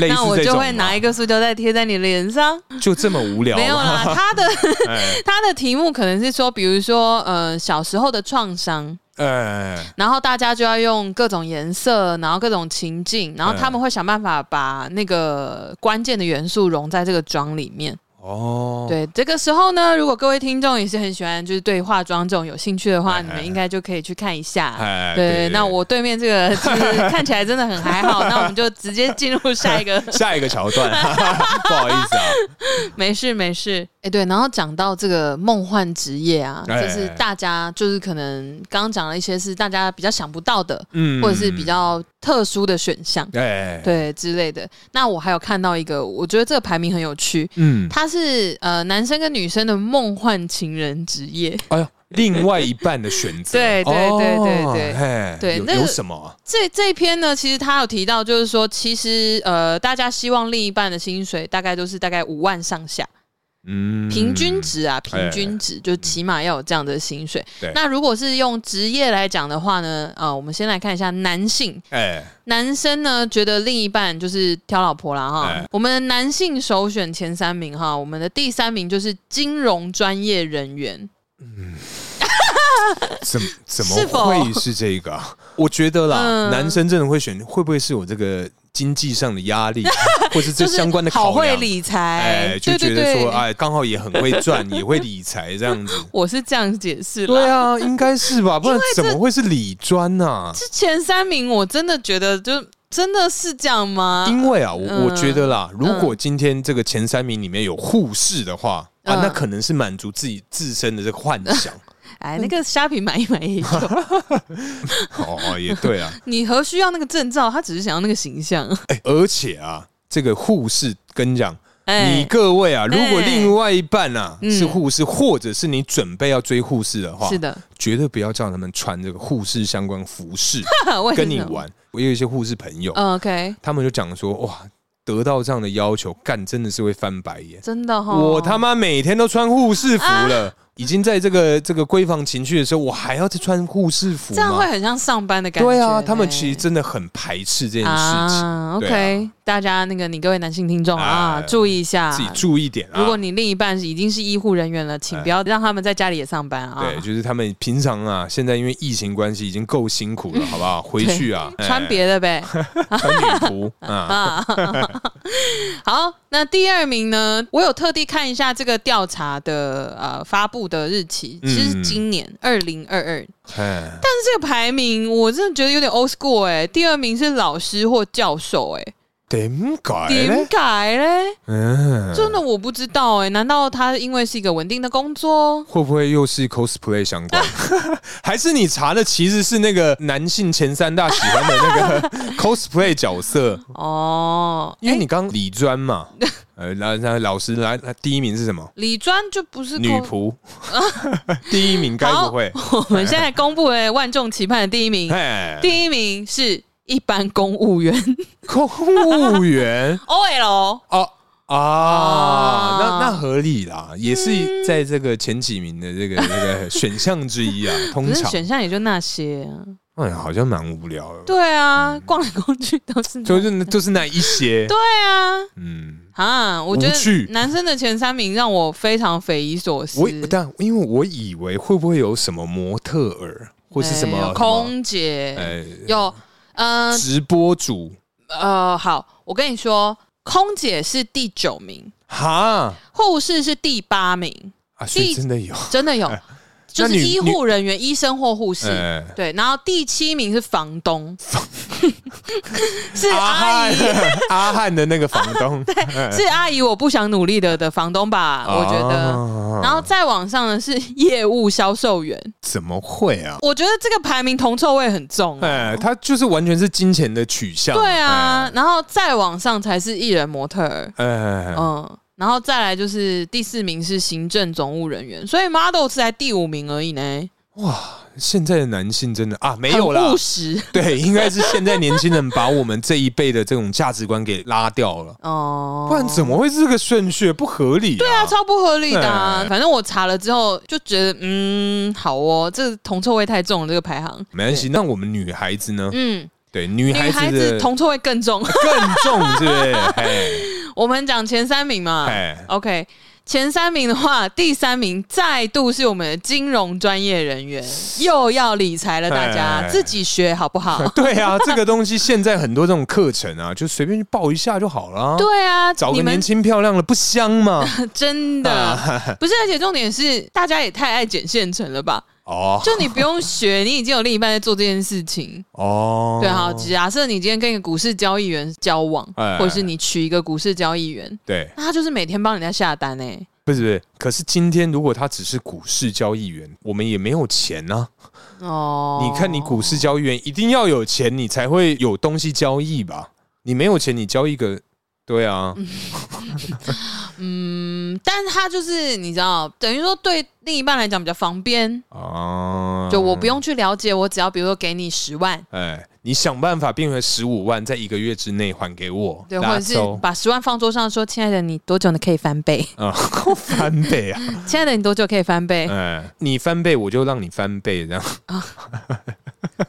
Speaker 1: 类似
Speaker 2: 那我
Speaker 1: 这
Speaker 2: 就
Speaker 1: 种
Speaker 2: 会
Speaker 1: 嘛
Speaker 2: 拿一个塑胶袋贴在你脸上，
Speaker 1: 就这么无聊吗，
Speaker 2: 没有啦，它的
Speaker 1: 哎，
Speaker 2: 它的题目可能是说，比如说呃小时候的创伤。
Speaker 1: 哎，
Speaker 2: 然后大家就要用各种颜色，然后各种情境，然后他们会想办法把那个关键的元素融在这个妆里面。
Speaker 1: 哦，
Speaker 2: 对，这个时候呢，如果各位听众也是很喜欢，就是对化妆这种有兴趣的话，
Speaker 1: 哎
Speaker 2: 你们应该就可以去看一下。
Speaker 1: 哎，
Speaker 2: 对，那我对面这个就是看起来真的很 还好，那我们就直接进入下一个。
Speaker 1: 下一个桥段， 不好意思啊，
Speaker 2: 没事没事，哎、对，然后讲到这个梦幻职业啊，
Speaker 1: 哎
Speaker 2: 就是大家就是可能刚刚讲了一些是大家比较想不到的，
Speaker 1: 嗯
Speaker 2: 或者是比较特殊的选项，
Speaker 1: 哎，，
Speaker 2: 对之类的。那我还有看到一个，我觉得这个排名很有趣，
Speaker 1: 嗯，
Speaker 2: 它是呃男生跟女生的梦幻情人职业，
Speaker 1: 哎呦，另外一半的选择。
Speaker 2: 对对对对对
Speaker 1: 对
Speaker 2: 对
Speaker 1: 有
Speaker 2: 那个
Speaker 1: 有什么啊？
Speaker 2: 这这一篇呢，其实他有提到，就是说，其实呃，大家希望另一半的薪水大概都是大概五万上下，
Speaker 1: 嗯
Speaker 2: 平均值啊，
Speaker 1: 哎
Speaker 2: 平均值就起码要有这样的薪水
Speaker 1: 对。
Speaker 2: 那如果是用职业来讲的话呢，啊，我们先来看一下男性，
Speaker 1: 哎，
Speaker 2: 男生呢觉得另一半就是挑老婆啦哈。
Speaker 1: 哎
Speaker 2: 我们的男性首选前三名哈，我们的第三名就是金融专业人员。
Speaker 1: 怎怎么
Speaker 2: 是否
Speaker 1: 会是这个啊？ 我觉得啦，
Speaker 2: 嗯
Speaker 1: 男生真的会选，会不会是有这个经济上的压 力，或是这
Speaker 2: 就是
Speaker 1: 相关的
Speaker 2: 好
Speaker 1: 考
Speaker 2: 会
Speaker 1: 量？
Speaker 2: 理财
Speaker 1: 哎，，就
Speaker 2: 对
Speaker 1: 觉
Speaker 2: 对
Speaker 1: 得
Speaker 2: 对
Speaker 1: 说，，哎，刚好也很会赚，也会理财这样子。
Speaker 2: 我是这样解释 啦。
Speaker 1: 对啊，应该是吧，不然怎么会是理专啊呢？
Speaker 2: 这前三名我真的觉得就真的是这样吗？
Speaker 1: 因为啊，我、
Speaker 2: 嗯
Speaker 1: 我觉得啦，如果今天这个前三名里面有护士的话、
Speaker 2: 嗯
Speaker 1: 啊，那可能是满足自己自身的这个幻 想。
Speaker 2: 哎，那个虾皮买一买也 有，
Speaker 1: 哦，也对啊，
Speaker 2: 你何须要那个证照？他只是想要那个形象。
Speaker 1: 哎而且啊，这个护士跟你讲，你
Speaker 2: 哎，
Speaker 1: 各位啊，如果
Speaker 2: 哎
Speaker 1: 另外一半啊、
Speaker 2: 嗯
Speaker 1: 是护士，或者是你准备要追护士的话，
Speaker 2: 是，的，
Speaker 1: 绝对不要叫他们穿这个护士相关服 饰
Speaker 2: 为什
Speaker 1: 跟
Speaker 2: 么
Speaker 1: 你。玩。我有一些护士朋友，
Speaker 2: 嗯 OK，
Speaker 1: 他们就讲说，哇，得到这样的要求，干真的是会翻白眼。
Speaker 2: 真的哈，
Speaker 1: 我他妈每天都穿护士服了，
Speaker 2: 啊
Speaker 1: 已经在这个这个闺房情趣的时候，我还要再穿护士服
Speaker 2: 这样会
Speaker 1: 吗？
Speaker 2: 很像上班的感觉呢。
Speaker 1: 对啊，他们其实真的很排斥这件事情，
Speaker 2: 啊
Speaker 1: 对啊
Speaker 2: OK，大家那个你各位男性听众
Speaker 1: 哎
Speaker 2: 啊，注意一下
Speaker 1: 自。己注意点啊。
Speaker 2: 如果你另一半已经是医护人员了，请
Speaker 1: 哎
Speaker 2: 不要让他们在家里也上班啊。
Speaker 1: 对，就是他们平常啊，现在因为疫情关系已经够辛苦了，好不 好？回去啊，哎
Speaker 2: 穿别的呗。
Speaker 1: 穿女仆啊，
Speaker 2: 啊，好，那第二名呢？我有特地看一下这个调查的呃发布的日期，
Speaker 1: 嗯
Speaker 2: 其实是今年二零二二。
Speaker 1: 哎，
Speaker 2: 但是这个排名我真的觉得有点 old school 哎、第二名是老师或教授哎、
Speaker 1: 点改
Speaker 2: 点
Speaker 1: 嘞？
Speaker 2: 改嘞？
Speaker 1: 嗯，
Speaker 2: 真的我不知道哎、难道他因为是一个稳定的工作？
Speaker 1: 会不会又是 cosplay 相关？ 还是你查的其实是那个男性前三大喜欢的那个 cosplay 角色？
Speaker 2: 哦，
Speaker 1: 因为你刚理专 嘛，呃，然后然后老师来，那第一名是什么？
Speaker 2: 李专就不是
Speaker 1: 女
Speaker 2: 工
Speaker 1: 仆， 第一名该不会？
Speaker 2: 我们现在公布了万众期盼的第一名，
Speaker 1: 哎，
Speaker 2: 第一名是一般公务 员
Speaker 1: 公务 员
Speaker 2: OL。
Speaker 1: 哦啊
Speaker 2: 啊，嗯
Speaker 1: 那那合理啦，也是在这个前几名的这个这 个选项之一啊。通
Speaker 2: 可是
Speaker 1: 常，
Speaker 2: 选项也就那些、啊，
Speaker 1: 哎，好像蛮无聊的，
Speaker 2: 对啊，逛来逛去都是那，啊
Speaker 1: 就是那就是那一些，
Speaker 2: 对啊，
Speaker 1: 嗯，
Speaker 2: 啊，我觉
Speaker 1: 无趣
Speaker 2: 得男生的前三名让我非常匪夷所思
Speaker 1: 我，但因为我以为会不会有什么模特儿或是什
Speaker 2: 哎
Speaker 1: 么
Speaker 2: 有空姐，
Speaker 1: 呃
Speaker 2: 有，嗯
Speaker 1: 直播主
Speaker 2: 呃，好，我跟你说，空姐是第九名，
Speaker 1: 哈。
Speaker 2: 护士是第八名，
Speaker 1: 啊，所以
Speaker 2: 第
Speaker 1: 真的有，
Speaker 2: 真的有，就
Speaker 1: 哎那
Speaker 2: 是
Speaker 1: 女
Speaker 2: 医护人员、医生或护士。
Speaker 1: 哎
Speaker 2: 对，然后第七名是房东， 是
Speaker 1: 阿
Speaker 2: 阿
Speaker 1: 汉
Speaker 2: 姨，
Speaker 1: 阿汉的那个房 东，
Speaker 2: 是阿姨，我不想努力的的房东吧，我觉得。
Speaker 1: 啊
Speaker 2: 然后再往上呢是业务销售员，
Speaker 1: 怎么会啊？
Speaker 2: 我觉得这个排名铜臭味很重、啊。
Speaker 1: 哎，他就是完全是金钱的取向，
Speaker 2: 对啊，然后再往上才是艺人模特儿，
Speaker 1: 哎，哎，哎
Speaker 2: 嗯，然后再来就是第四名是行政总务人员，所以 model 是在第五名而已呢，
Speaker 1: 现在的男性真的啊，没
Speaker 2: 很
Speaker 1: 有啦
Speaker 2: 务，实
Speaker 1: 对，应该是现在年轻人把我们这一辈的这种价值观给拉掉了，
Speaker 2: 哦，
Speaker 1: 不然怎么会是这个顺序不合理？对啊
Speaker 2: 那超不合理的、啊
Speaker 1: 哎。
Speaker 2: 反正我查了之后就觉得，嗯，好哦，这铜臭味太重了，这个排行，
Speaker 1: 没关系，那我们女孩子呢？
Speaker 2: 嗯，
Speaker 1: 对，女
Speaker 2: 女
Speaker 1: 孩
Speaker 2: 孩
Speaker 1: 子
Speaker 2: 子
Speaker 1: 的
Speaker 2: 铜臭味更重。
Speaker 1: 更重，是不是？ 哎
Speaker 2: 我们讲前三名嘛
Speaker 1: 哎
Speaker 2: ，OK，前三名的话，第三名再度是我们的金融专业 人员，又要理财了，大
Speaker 1: 哎？
Speaker 2: 家自己学好不好
Speaker 1: 对啊，这个东西现在很多这种课程啊，就随便去报一下就好了啊。
Speaker 2: 对啊，
Speaker 1: 找
Speaker 2: 你
Speaker 1: 个
Speaker 2: 们
Speaker 1: 年轻漂亮的不香 吗？
Speaker 2: 真的
Speaker 1: 啊
Speaker 2: 不是，而且重点是大家也太爱捡现成了吧？
Speaker 1: 哦
Speaker 2: 就你不用学，你已经有另一半在做这件事情。
Speaker 1: 哦，
Speaker 2: 对，啊好，假设你今天跟一个股市交易员交往，
Speaker 1: 哎
Speaker 2: 或者是你娶一个股市交易员，
Speaker 1: 对，
Speaker 2: 那他就是每天帮人家下单哎、
Speaker 1: 不是不是。可是今天如果他只是股市交易员，我们也没有钱啊。
Speaker 2: 哦，
Speaker 1: 你看，你股市交易员一定要有钱，你才会有东西交易吧？你没有钱，你交易个对啊，
Speaker 2: 嗯，但是它就是你知道，等于说对另一半来讲比较方便，
Speaker 1: 啊，
Speaker 2: 就我不用去了解，我只要比如说给你十万，
Speaker 1: 哎，你想办法变回十五万，在一个月之内还给我，
Speaker 2: 对，或者是把十万放桌上说，亲爱的，你多久你可以 翻倍？
Speaker 1: 啊翻倍啊，
Speaker 2: 亲爱的，你多久可以翻倍？
Speaker 1: 哎，你翻倍我就让你翻倍这样，
Speaker 2: 啊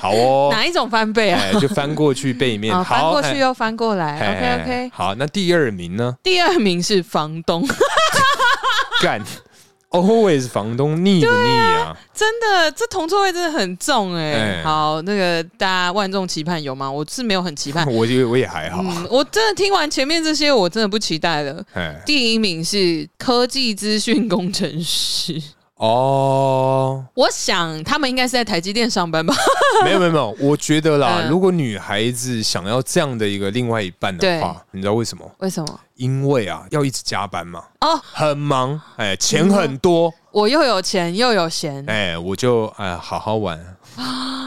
Speaker 1: 好哦，
Speaker 2: 哪一种翻倍啊？
Speaker 1: 哎，就翻过去背 面，
Speaker 2: 啊，翻
Speaker 1: 好
Speaker 2: 过去
Speaker 1: 哎
Speaker 2: 又翻过来
Speaker 1: 哎
Speaker 2: ，OK OK。
Speaker 1: 好，那第二名呢？
Speaker 2: 第二名是房东，
Speaker 1: 干，always 房东腻不腻啊？
Speaker 2: 真的，这同座位真的很重哎、
Speaker 1: 哎，
Speaker 2: 好，那个大家万众期盼有吗？我是没有很期盼
Speaker 1: 我也我也还好，
Speaker 2: 啊嗯，我真的听完前面这些，我真的不期待了。
Speaker 1: 哎，
Speaker 2: 第一名是科技资讯工程师，
Speaker 1: 哦，
Speaker 2: 我想他们应该是在台积电上班吧？
Speaker 1: 没有没有没有， 我觉得啦，
Speaker 2: 嗯
Speaker 1: 如果女孩子想要这样的一个另外一半的话，你知道为什么？
Speaker 2: 为什么？
Speaker 1: 因为啊，要一直加班嘛，
Speaker 2: 哦，
Speaker 1: 很忙，哎，
Speaker 2: 嗯
Speaker 1: 钱很多，
Speaker 2: 我又有钱又有闲，
Speaker 1: 哎，我就哎好好玩，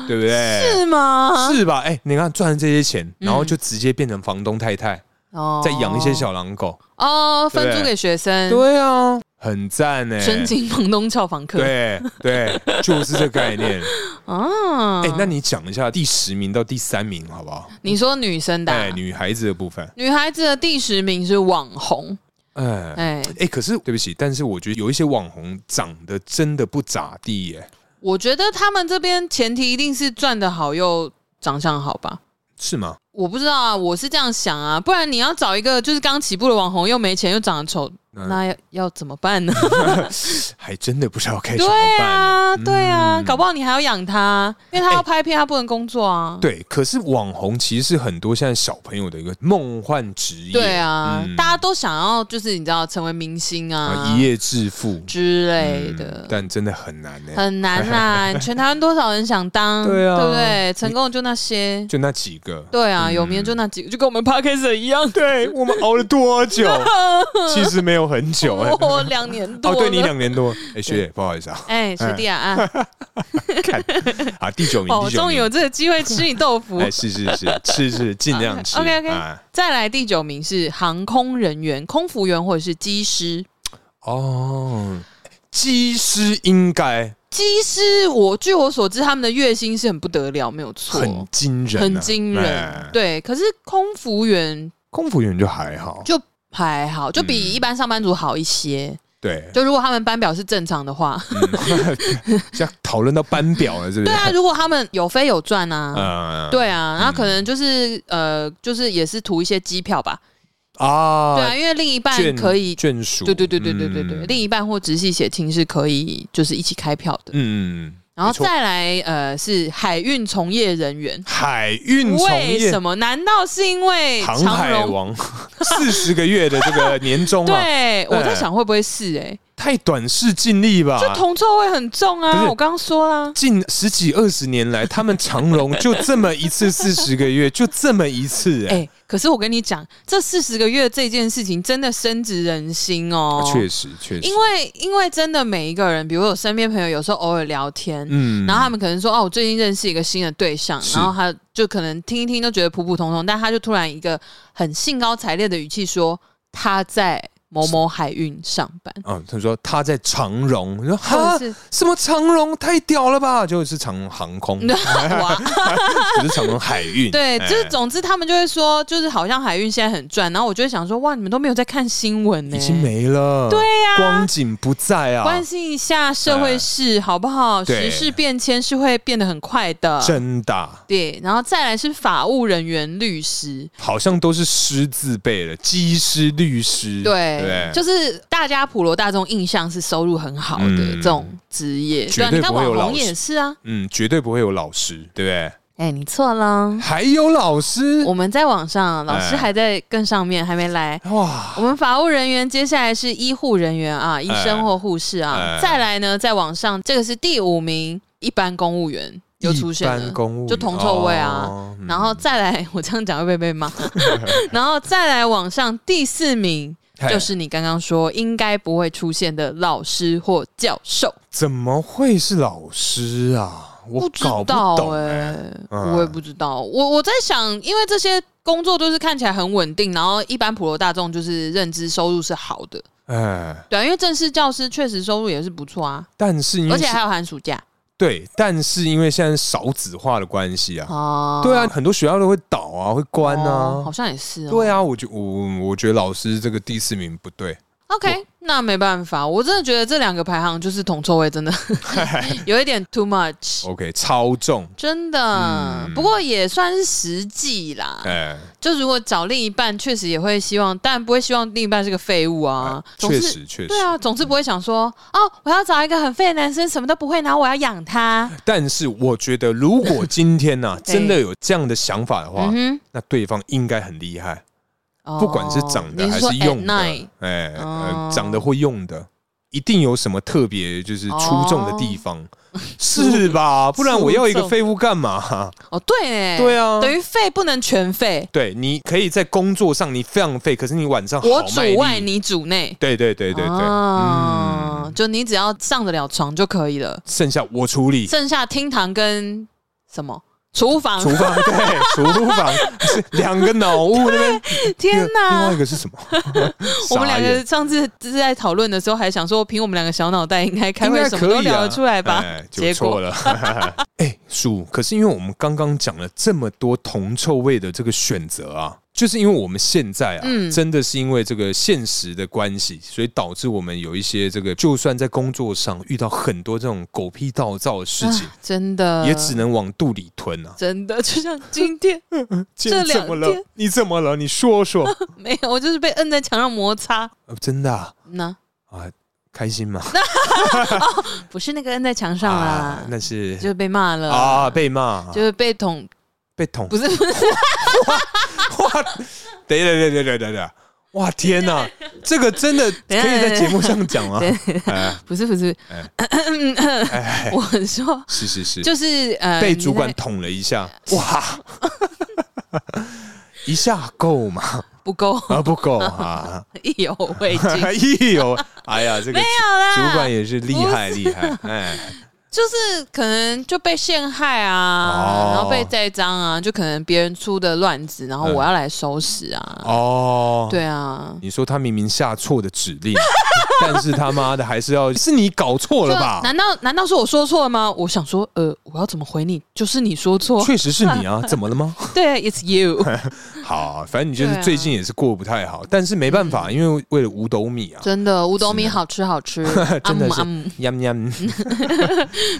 Speaker 1: 对不对？
Speaker 2: 啊是吗？嗯
Speaker 1: 是吧？哎，你看赚了这些钱，然后就直接变成房东太太，
Speaker 2: 哦
Speaker 1: 再养一些小狼狗，
Speaker 2: 哦，
Speaker 1: 对
Speaker 2: 分
Speaker 1: 不对
Speaker 2: 租给学生，
Speaker 1: 对啊，很赞呢，
Speaker 2: 纯情房东俏房客。
Speaker 1: 对对，就是这概念。
Speaker 2: 啊，
Speaker 1: 哎、那你讲一下第十名到第三名好不好？
Speaker 2: 你说女生的啊、
Speaker 1: 哎、女孩子的部分，
Speaker 2: 女孩子的第十名是网红，
Speaker 1: 哎、哎、
Speaker 2: 哎，
Speaker 1: 可是对不起，但是我觉得有一些网红长得真的不咋地耶，
Speaker 2: 我觉得他们这边前提一定是赚得好又长相好吧。
Speaker 1: 是吗？
Speaker 2: 我不知道啊，我是这样想啊，不然你要找一个就是刚起步的网红，又没钱又长得丑，
Speaker 1: 嗯
Speaker 2: 那要要怎么办呢？
Speaker 1: 还真的不知道 该怎
Speaker 2: 对
Speaker 1: 么办呢。
Speaker 2: 啊，对啊，
Speaker 1: 嗯哎
Speaker 2: 搞不好你还要养他，因为他要拍片，他不能工作啊。
Speaker 1: 对，可是网红其实是很多现在小朋友的一个梦幻职业，
Speaker 2: 对啊，
Speaker 1: 嗯
Speaker 2: 大家都想要就是你知道成为明星啊
Speaker 1: 啊一夜致富
Speaker 2: 之类的
Speaker 1: 嗯，但真的很难欸呢，
Speaker 2: 很难 啦。全台湾多少人想当，
Speaker 1: 对啊嗯
Speaker 2: 对不对？成功的就那些，
Speaker 1: 就那几个。
Speaker 2: 对啊，有名的就那几个，就跟我们 p a d k a s 一样。
Speaker 1: 对我们熬了多久？ 其实没有很久哎、
Speaker 2: 我哦 两年多
Speaker 1: 哦，
Speaker 2: 了，
Speaker 1: 对你两年多，哎、学姐不好意思啊，
Speaker 2: 哎，学弟啊 啊，
Speaker 1: 看啊，第九名，
Speaker 2: 哦，
Speaker 1: 第九
Speaker 2: 终于
Speaker 1: 名
Speaker 2: 有，这个机会吃你豆腐
Speaker 1: 哎，。是是是，吃 是尽量吃。
Speaker 2: OK，OK
Speaker 1: 哎
Speaker 2: 再来第九名是航空人员、空服员或者是机师。
Speaker 1: 哦，机师应该
Speaker 2: 机师，我据我所知，他们的月薪是很不得了，没有错，
Speaker 1: 很惊人啊，
Speaker 2: 很惊人
Speaker 1: 哎。
Speaker 2: 对，可是空服员
Speaker 1: 空服员就还好，
Speaker 2: 就还好，就比
Speaker 1: 嗯
Speaker 2: 一般上班族好一些。
Speaker 1: 对，
Speaker 2: 就如果他们班表是正常的话，
Speaker 1: 嗯 这样讨论到班表了，是不
Speaker 2: 对
Speaker 1: 是？
Speaker 2: 啊，如果他们有飞有赚啊，
Speaker 1: 嗯，
Speaker 2: 对啊，那可能就是呃，就是也是图一些机票吧。
Speaker 1: 啊，
Speaker 2: 对啊，因为另一半
Speaker 1: 眷
Speaker 2: 可以，
Speaker 1: 眷属，
Speaker 2: 对对对对对对对，
Speaker 1: 嗯
Speaker 2: 另一半或直系血亲是可以就是一起开票的。
Speaker 1: 嗯，
Speaker 2: 然后
Speaker 1: 没错
Speaker 2: 再来，呃，是海运从业人员。
Speaker 1: 海运从
Speaker 2: 为
Speaker 1: 业
Speaker 2: 什。么？难道是因为
Speaker 1: 航
Speaker 2: 长
Speaker 1: 海
Speaker 2: 荣？
Speaker 1: 王啊 四十个月的这个年终啊，
Speaker 2: 对，我在想会不会是哎、
Speaker 1: 太短视尽力吧？
Speaker 2: 就铜臭味很重
Speaker 1: 啊不
Speaker 2: 啊！
Speaker 1: 是
Speaker 2: 我刚刚说啦，
Speaker 1: 近十几二十年来，他们长荣就这么一次四十个月，就这么一次、
Speaker 2: 哎、
Speaker 1: 哎、
Speaker 2: 可是我跟你讲，这四十个月这件事情真的深植人心
Speaker 1: 啊
Speaker 2: 哦，
Speaker 1: 确实确实，
Speaker 2: 因为因为真的每一个人，比如我身边朋友有时候偶尔聊天，
Speaker 1: 嗯
Speaker 2: 然后他们可能说哦，我最近认识一个新的对象，
Speaker 1: 是
Speaker 2: 然后他就可能听一听都觉得普普通通，但他就突然一个很兴高采烈的语气说他在某某海运上班，
Speaker 1: 啊，他说他在长荣，我说
Speaker 2: 或
Speaker 1: 哈
Speaker 2: 哦者是
Speaker 1: 什么长荣太屌了吧，就是长荣航空，
Speaker 2: 哇，
Speaker 1: 不是长荣海运，
Speaker 2: 对，
Speaker 1: 哎
Speaker 2: 就是总之他们就会说，就是好像海运现在很赚，然后我就会想说哇，你们都没有在看新闻呢、
Speaker 1: 已经没了，对呀、光景不在啊
Speaker 2: 关，心一下社会事好不好？
Speaker 1: 对
Speaker 2: 时事变迁是会变得很快的。
Speaker 1: 真的啊
Speaker 2: 对，然后再来是法务人员、律师，
Speaker 1: 好像都是师字辈了，技师、律师，
Speaker 2: 对，
Speaker 1: 对，
Speaker 2: 就是大家普罗大众印象是收入很好的、
Speaker 1: 嗯
Speaker 2: 这种职业，
Speaker 1: 绝
Speaker 2: 啊，
Speaker 1: 对
Speaker 2: 你看
Speaker 1: 不会
Speaker 2: 网
Speaker 1: 有老
Speaker 2: 红
Speaker 1: 师
Speaker 2: 也是啊，
Speaker 1: 嗯，绝对不会有老师，对不对？
Speaker 2: 哎、你错了，
Speaker 1: 还有老师，
Speaker 2: 我们在网上，老师
Speaker 1: 哎
Speaker 2: 还在更上面，还没来。
Speaker 1: 哇，
Speaker 2: 我们法务人员，接下来是医护人员啊，医生
Speaker 1: 哎
Speaker 2: 或护士啊，
Speaker 1: 哎
Speaker 2: 再来呢，在网上这个是第五名，一般公务员又出现
Speaker 1: 一
Speaker 2: 了
Speaker 1: 般，公务员
Speaker 2: 就铜臭味啊
Speaker 1: 哦嗯
Speaker 2: 然后再来，我这样讲会被被 骂。然后再来往上第四名，
Speaker 1: 嘿
Speaker 2: 就是你刚刚说应该不会出现的老师或教授。
Speaker 1: 怎么会是老师啊？我
Speaker 2: 知
Speaker 1: 搞
Speaker 2: 道
Speaker 1: 懂
Speaker 2: 哎、
Speaker 1: 哎、嗯
Speaker 2: 我也不知道。我我在想，因为这些工作就是看起来很稳定，然后一般普罗大众就是认知收入是好的，
Speaker 1: 哎，
Speaker 2: 对啊，因为正式教师确实收入也是不错啊，
Speaker 1: 但是因为
Speaker 2: 而且还有寒暑假
Speaker 1: 对，但是因为现在少子化的关系啊，
Speaker 2: 哦，
Speaker 1: 对啊，很多学校都会倒啊，会关
Speaker 2: 哦
Speaker 1: 啊
Speaker 2: 好，像也是、哦，
Speaker 1: 对啊，我觉我我觉得老师这个第四名不对，
Speaker 2: OK，那没办法，我真的觉得这两个排行就是铜臭味，真的有一点 too much，
Speaker 1: OK，超重，
Speaker 2: 真的。
Speaker 1: 哦嗯
Speaker 2: 不过也算是实际啦，
Speaker 1: 哎，
Speaker 2: 就如果找另一半，确实也会希望，但不会希望另一半是个废物啊，总
Speaker 1: 哎确
Speaker 2: 是。
Speaker 1: 实确实
Speaker 2: 对，啊，总是不会想说哦，我要找一个很废的男生，什么都不会，然后我要养他。
Speaker 1: 但是我觉得如果今天呢、
Speaker 2: 对
Speaker 1: 真的有这样的想法的话，
Speaker 2: 嗯
Speaker 1: 那对方应该很厉害，
Speaker 2: 哼，
Speaker 1: 不管是长
Speaker 2: 哦
Speaker 1: 得
Speaker 2: 你
Speaker 1: 还
Speaker 2: 说
Speaker 1: 是用
Speaker 2: at
Speaker 1: 的，
Speaker 2: night
Speaker 1: 哎、呃
Speaker 2: 哦，
Speaker 1: 长得或用的，一定有什么特别就是出众的地方，是 吧？不然我要一个废物干嘛？
Speaker 2: 哦，对，
Speaker 1: 对，啊，
Speaker 2: 等于废不能全废，
Speaker 1: 对，你可以在工作上你非常废，可是你晚上
Speaker 2: 我
Speaker 1: 好
Speaker 2: 主
Speaker 1: 卖
Speaker 2: 外
Speaker 1: 力，
Speaker 2: 你主内。
Speaker 1: 对对对对对，
Speaker 2: 啊
Speaker 1: 嗯，
Speaker 2: 就你只要上得了床就可以了，
Speaker 1: 剩下我处理。
Speaker 2: 剩下厅堂跟什么厨房
Speaker 1: 厨。房对，厨房 是两个脑雾那边，
Speaker 2: 天
Speaker 1: 另外
Speaker 2: 哪
Speaker 1: 一！个是什么？
Speaker 2: 我们
Speaker 1: 傻
Speaker 2: 两
Speaker 1: 眼
Speaker 2: 个上次就是在讨论的时候，还想说凭我们两个小脑袋，应该开
Speaker 1: 应
Speaker 2: 会
Speaker 1: 该
Speaker 2: 什么都
Speaker 1: 可以
Speaker 2: 聊
Speaker 1: 啊
Speaker 2: 得出来吧？
Speaker 1: 哎就
Speaker 2: 结
Speaker 1: 错
Speaker 2: 果
Speaker 1: 了。 哎，叔，可是因为我们刚刚讲了这么多铜臭味的这个选择啊，就是因为我们现在啊，
Speaker 2: 嗯
Speaker 1: 真的是因为这个现实的关系，所以导致我们有一些这个，就算在工作上遇到很多这种狗屁倒灶的事情，
Speaker 2: 啊真的
Speaker 1: 也只能往肚里吞啊。
Speaker 2: 真的，就像今天
Speaker 1: 姐
Speaker 2: 这两
Speaker 1: 怎么了
Speaker 2: 天？
Speaker 1: 你怎么了？你说说。
Speaker 2: 没有，我就是被摁在墙上摩擦。
Speaker 1: 呃真的啊，
Speaker 2: 那
Speaker 1: 啊开心吗？
Speaker 2: 不是那个摁在墙上啦
Speaker 1: 啊，，那是
Speaker 2: 就是被骂了
Speaker 1: 啊，被骂，
Speaker 2: 就是被捅，
Speaker 1: 被捅
Speaker 2: 不。是不是
Speaker 1: 哇，等一下等一下等一下等一下，哇天哪，这个真的可以在节目上讲吗？哎
Speaker 2: 不是不是
Speaker 1: 哎，
Speaker 2: 我说
Speaker 1: 是是是，
Speaker 2: 就是呃，
Speaker 1: 哎被
Speaker 2: 你
Speaker 1: 主管
Speaker 2: 在
Speaker 1: 捅了一下，哇， 一下够 吗？
Speaker 2: 不够，
Speaker 1: 啊，不够啊，
Speaker 2: 意犹未尽。
Speaker 1: 哎呦，哎呀，这个
Speaker 2: 啊
Speaker 1: 主管也是厉害厉 害，哎，
Speaker 2: 就是可能就被陷害啊，
Speaker 1: 哦
Speaker 2: 然后被栽赃啊，就可能别人出的乱子，然后
Speaker 1: 嗯
Speaker 2: 我要来收拾啊，
Speaker 1: 哦，
Speaker 2: 对啊，
Speaker 1: 你说他明明下错的指令，但是他妈的还是要，是你搞错
Speaker 2: 就
Speaker 1: 了吧？
Speaker 2: 难道难道是我说错了吗？我想说，呃，我要怎么回你？就是你 说错，
Speaker 1: 确实是你啊，怎么了吗？
Speaker 2: 对，it's you，
Speaker 1: 好，反正你就是
Speaker 2: 对啊嗯
Speaker 1: 最近也是过得不太好，但是没办法，因为为了五斗米啊，
Speaker 2: 真的乌冬米好吃好吃，啊
Speaker 1: 真的
Speaker 2: 姆
Speaker 1: 是
Speaker 2: 啊姆，
Speaker 1: 呀呀，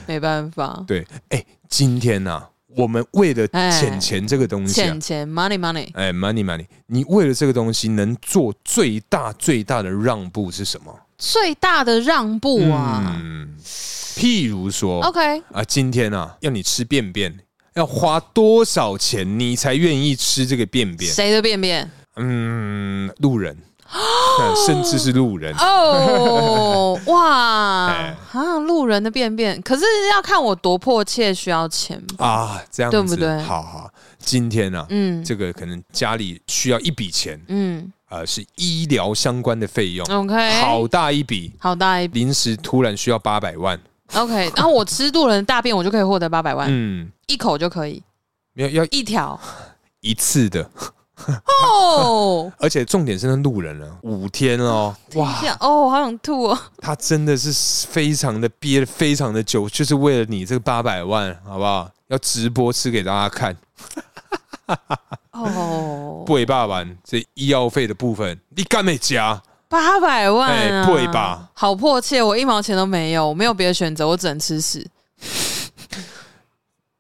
Speaker 2: 没办法，
Speaker 1: 对，哎，今天呐、我们为了
Speaker 2: 哎
Speaker 1: 钱钱这个东西啊
Speaker 2: 钱，钱 money money，
Speaker 1: 哎，money money，你为了这个东西能做最大最大的让步是什么？
Speaker 2: 最大的让步啊
Speaker 1: 嗯，譬如说啊、
Speaker 2: ，OK，
Speaker 1: 今天啊，要你吃便便。要花多少钱你才愿意吃这个便便？
Speaker 2: 谁的便便？
Speaker 1: 嗯，路人， 甚至是路人，
Speaker 2: 哦，哇
Speaker 1: 哎
Speaker 2: 啊，路人的便便，可是要看我多迫切需要钱吧。
Speaker 1: 啊，这样子
Speaker 2: 对不对
Speaker 1: 好好，今天啊，
Speaker 2: 嗯
Speaker 1: 这个可能家里需要一笔钱，
Speaker 2: 嗯
Speaker 1: 呃，是医疗相关的费用，
Speaker 2: ，OK，
Speaker 1: 好大一笔，
Speaker 2: 好大一笔
Speaker 1: 临时突然需要八百万，
Speaker 2: ，OK，然后我吃路人的大便，我就可以获得八百万，
Speaker 1: 嗯，
Speaker 2: 一口就可以，
Speaker 1: 要要
Speaker 2: 一 条
Speaker 1: 一次的，
Speaker 2: 哦，
Speaker 1: 而且重点是那路人了，五天
Speaker 2: 啊
Speaker 1: 哦，哇
Speaker 2: 这，样哦，好想吐哦，
Speaker 1: 他真的是非常的憋了非常的久，就是为了你这个八百万，好不好？要直播吃给大家看，
Speaker 2: 哦，
Speaker 1: 不八完这医药费的部分，你干没加？
Speaker 2: 八百万啊，
Speaker 1: 哎对吧？
Speaker 2: 好迫切，我一毛钱都没有，我没有别的选择，我只能吃屎。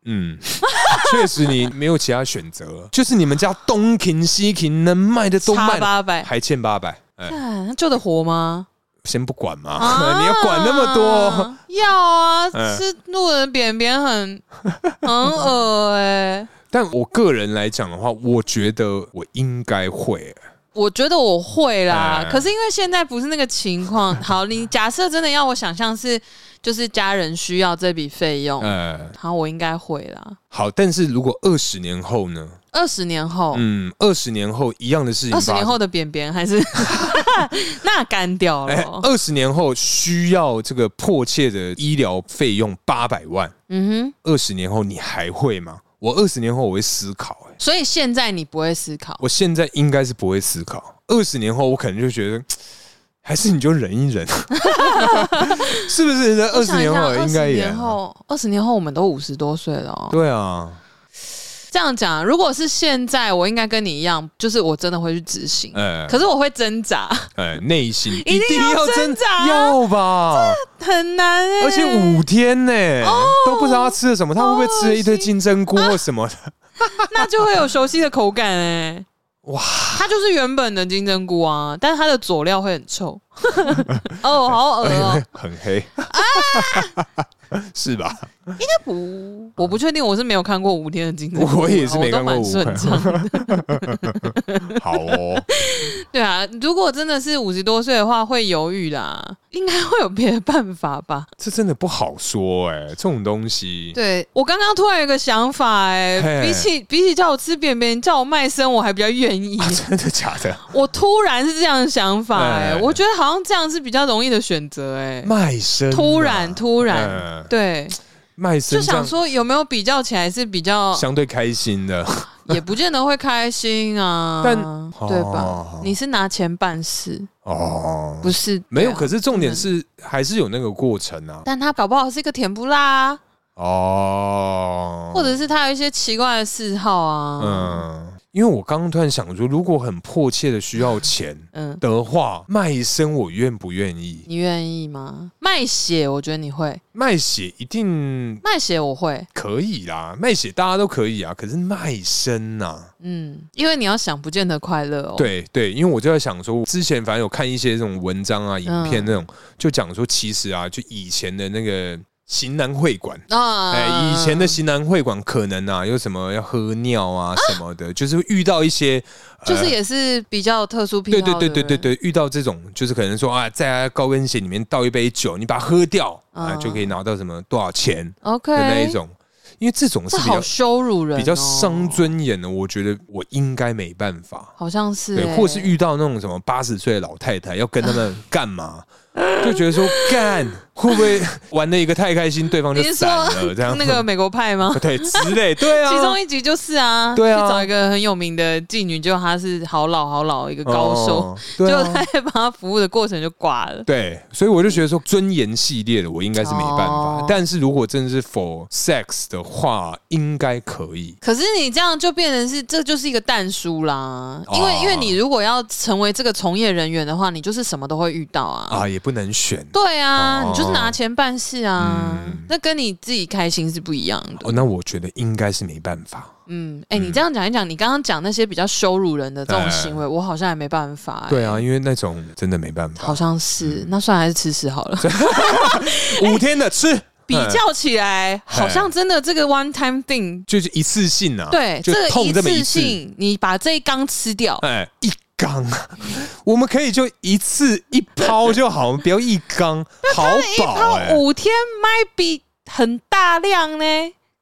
Speaker 1: 嗯， 确实你没有其他选择了，就是你们家东勤西勤能卖的都
Speaker 2: 差
Speaker 1: 卖了，
Speaker 2: 八百，
Speaker 1: 还欠八百，哎，
Speaker 2: 看那救得活吗？
Speaker 1: 先不管嘛，
Speaker 2: 啊
Speaker 1: 你要管那么多，？
Speaker 2: 要啊，
Speaker 1: 嗯
Speaker 2: 吃路人便便 很很恶哎、
Speaker 1: 但我个人来讲的话，我觉得我应该会，
Speaker 2: 我觉得我会啦，
Speaker 1: 哎
Speaker 2: 可是因为现在不是那个情 况。好，你假设真的要我想象是，就是家人需要这笔费用，
Speaker 1: 呃，
Speaker 2: 好，我应该会啦。
Speaker 1: 好，但是如果二十年后呢？
Speaker 2: 二十年后，
Speaker 1: 嗯，二十年后一样的事情，
Speaker 2: 哦二十、年后。的便便 还是 那干掉了
Speaker 1: 哎，
Speaker 2: 哦。
Speaker 1: 二十年后需要这个迫切的医疗费用八百万，
Speaker 2: 嗯哼，
Speaker 1: 二十年后你还会吗？我二十年后我会思考、欸，
Speaker 2: 所以现在你不会思考，
Speaker 1: 我现在应该是不会思考，二十年后我可能就觉得，还是你就忍一 忍，是不是？在二十年后应该
Speaker 2: 二十
Speaker 1: 也
Speaker 2: 年后，二十年后我们都五十多岁了、哦。
Speaker 1: 对啊，
Speaker 2: 这样讲，如果是现在，我应该跟你一样，就是我真的会去执行，嗯
Speaker 1: 哎
Speaker 2: 可是我会挣扎，
Speaker 1: 哎，内心
Speaker 2: 定
Speaker 1: 一定
Speaker 2: 要
Speaker 1: 要
Speaker 2: 挣
Speaker 1: 真
Speaker 2: 扎啊
Speaker 1: 要吧，
Speaker 2: 很难、欸。
Speaker 1: 而且五天呢、
Speaker 2: 哦
Speaker 1: 都不知道他吃了什么，他会不会吃了一堆金针
Speaker 2: 啊
Speaker 1: 菇或什么
Speaker 2: 哦
Speaker 1: 的？
Speaker 2: 那就会有熟悉的口感哎、
Speaker 1: 哇
Speaker 2: 哇，它就是原本的金针菇啊，但是它的佐料会很臭。 哦，好恶 哦、
Speaker 1: 哎很黑，
Speaker 2: 啊
Speaker 1: 是吧？
Speaker 2: 不，我不确定，我是没有看过五天的金针菇啊，
Speaker 1: 我也是没看过
Speaker 2: 我都蛮顺畅的。
Speaker 1: 好 哦，
Speaker 2: 对啊，如果真的是五十多岁的话，会犹豫啦，应该会有别的办法吧？
Speaker 1: 这真的不好说哎、这种东西，
Speaker 2: 对我刚刚突然有一个想法、哎，
Speaker 1: 嘿
Speaker 2: 比起比起叫我吃便便，叫我卖身，我还比较愿 意。
Speaker 1: 啊真的假的？
Speaker 2: 我突然是这样的想法、哎，
Speaker 1: 哎
Speaker 2: 我觉得好像这样是比较容易的选择、哎。
Speaker 1: 卖身啊、
Speaker 2: 突然，突然，
Speaker 1: 嗯
Speaker 2: 对，
Speaker 1: 卖身
Speaker 2: 就
Speaker 1: 这样
Speaker 2: 想说哦有没有比较起来是比较，
Speaker 1: 相对开心的，
Speaker 2: 也不见得会开心啊，
Speaker 1: 但
Speaker 2: 对吧
Speaker 1: 哦？
Speaker 2: 你是拿钱办事，
Speaker 1: 哦，
Speaker 2: 不是
Speaker 1: 没有，
Speaker 2: 对啊
Speaker 1: 可是重点是还是有那个过程啊。
Speaker 2: 但他搞不好是一个甜不辣、啊，
Speaker 1: 哦，
Speaker 2: 或者是他有一些奇怪的嗜好啊，
Speaker 1: 嗯，因为我刚刚突然想说，如果很迫切的需要钱
Speaker 2: 嗯
Speaker 1: 的话，卖身我愿不愿意？
Speaker 2: 你愿意吗？卖血，我觉得你会
Speaker 1: 卖血一定
Speaker 2: 卖血，我会，
Speaker 1: 可以啦，卖血大家都可以啊，可是啊卖身呐、
Speaker 2: 嗯，因为你要想，不见得快乐哦。，
Speaker 1: 对对，因为我就在想说，之前反正有看一些这种文章啊、影
Speaker 2: 嗯
Speaker 1: 片那种，就讲说，其实啊，就以前的那个型男会馆。
Speaker 2: 啊
Speaker 1: 哎、以前的型男会馆可能啊，有什么要喝尿啊什么的，就是会遇到一些，
Speaker 2: 就是
Speaker 1: 呃
Speaker 2: 也是比较有特殊癖
Speaker 1: 对
Speaker 2: 好，
Speaker 1: 对对
Speaker 2: 不
Speaker 1: 对对，对，遇到这种就是可能说啊，在高跟鞋里面倒一杯酒，你把它喝掉啊，
Speaker 2: 嗯
Speaker 1: 就可以拿到什么多少钱
Speaker 2: ，OK，
Speaker 1: 的那一种，因为这种是
Speaker 2: 这
Speaker 1: 比较
Speaker 2: 好羞辱人哦，
Speaker 1: 比较伤尊严的，我觉得我应该没办法。
Speaker 2: 好像是、
Speaker 1: 对，
Speaker 2: 欸，
Speaker 1: 或是遇到那种什么八十岁的老太太，要跟他
Speaker 2: 啊
Speaker 1: 们干嘛，就觉得说干会不会玩的一个太开心，对方就
Speaker 2: 你是
Speaker 1: 散
Speaker 2: 说。
Speaker 1: 了这样
Speaker 2: 那个美国派吗
Speaker 1: ？对之类，对啊，
Speaker 2: 其中一集就是啊，
Speaker 1: 对啊
Speaker 2: 去找一个很有名的妓女，结果她是好老好老一个高手，
Speaker 1: 哦
Speaker 2: 结
Speaker 1: 对
Speaker 2: 果
Speaker 1: 啊
Speaker 2: 她在 帮她服务的过程就挂了。
Speaker 1: 对，所以我就觉得说尊严系列的我应该是没办法，
Speaker 2: 哦
Speaker 1: 但是如果真的是 for sex 的话，应该可以。
Speaker 2: 可是你这样就变成是，这就是一个蛋书啦，因为、
Speaker 1: 哦
Speaker 2: 因为你如果要成为这个从业人员的话，你就是什么都会遇到啊。
Speaker 1: 啊，也不能选
Speaker 2: 对啊，
Speaker 1: 哦
Speaker 2: 你就是拿钱办事啊，
Speaker 1: 嗯
Speaker 2: 那跟你自己开心是不一样的。
Speaker 1: 哦，那我觉得应该是没办法。
Speaker 2: 嗯，哎、你这样讲一讲，你刚刚讲那些比较羞辱人的这种
Speaker 1: 哎
Speaker 2: 行为，我好像也没办法、欸。
Speaker 1: 对啊，嗯因为那种真的没办法。
Speaker 2: 好像是，那算了还是吃屎好了。
Speaker 1: 五天的吃，
Speaker 2: 哎
Speaker 1: 嗯
Speaker 2: 比较起来，好像真的这个 one time thing，
Speaker 1: 就是一次性啊，
Speaker 2: 对，
Speaker 1: 就
Speaker 2: 这个
Speaker 1: 痛
Speaker 2: 一
Speaker 1: 这么一
Speaker 2: 次
Speaker 1: 次，
Speaker 2: 性，你把这一缸吃掉，
Speaker 1: 哎，一缸，我们可以就一次一抛就好，不要一 缸，好饱哎、
Speaker 2: 泡五天 might be 很大量呢。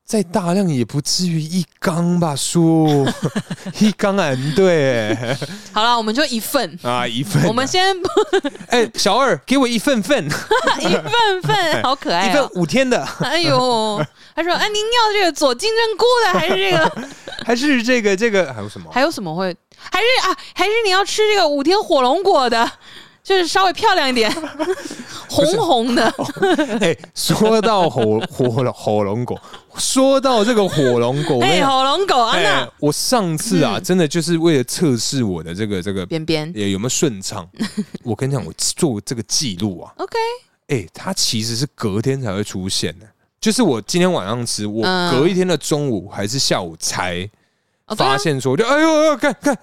Speaker 1: 再大量也不至于一缸吧，叔， 一缸很对、哎
Speaker 2: 好了，我们就一份，
Speaker 1: 啊， 一份啊、
Speaker 2: 我们先 不
Speaker 1: 哎、小二给我一份份，
Speaker 2: 一份 份，好可
Speaker 1: 一
Speaker 2: 爱
Speaker 1: 份
Speaker 2: 哦。
Speaker 1: 五天的，
Speaker 2: 哎呦，他说：“哎，您要这个左金针菇的，还是这个？
Speaker 1: 还是这个这个还有什么？
Speaker 2: 还有什么会？还是啊，还是你要吃这个五天火龙果的，就是稍微漂亮一 点，红红的。
Speaker 1: 哎、说到火火火龙果，说到这个火龙 果，我跟你
Speaker 2: 哎，
Speaker 1: 讲
Speaker 2: 火龙果，安
Speaker 1: 哎、
Speaker 2: 娜，
Speaker 1: 我上次
Speaker 2: 嗯
Speaker 1: 啊，真的就是为了测试我的这个这个
Speaker 2: 边边
Speaker 1: 也有没有顺畅，我跟你讲，我做这个记录啊，
Speaker 2: ，OK。”
Speaker 1: 哎、它其实是隔天才会出现的。就是我今天晚上吃，我
Speaker 2: 嗯
Speaker 1: 隔一天的中午还是下午才
Speaker 2: 哦对啊
Speaker 1: 发现说，就哎呦哎呦，看看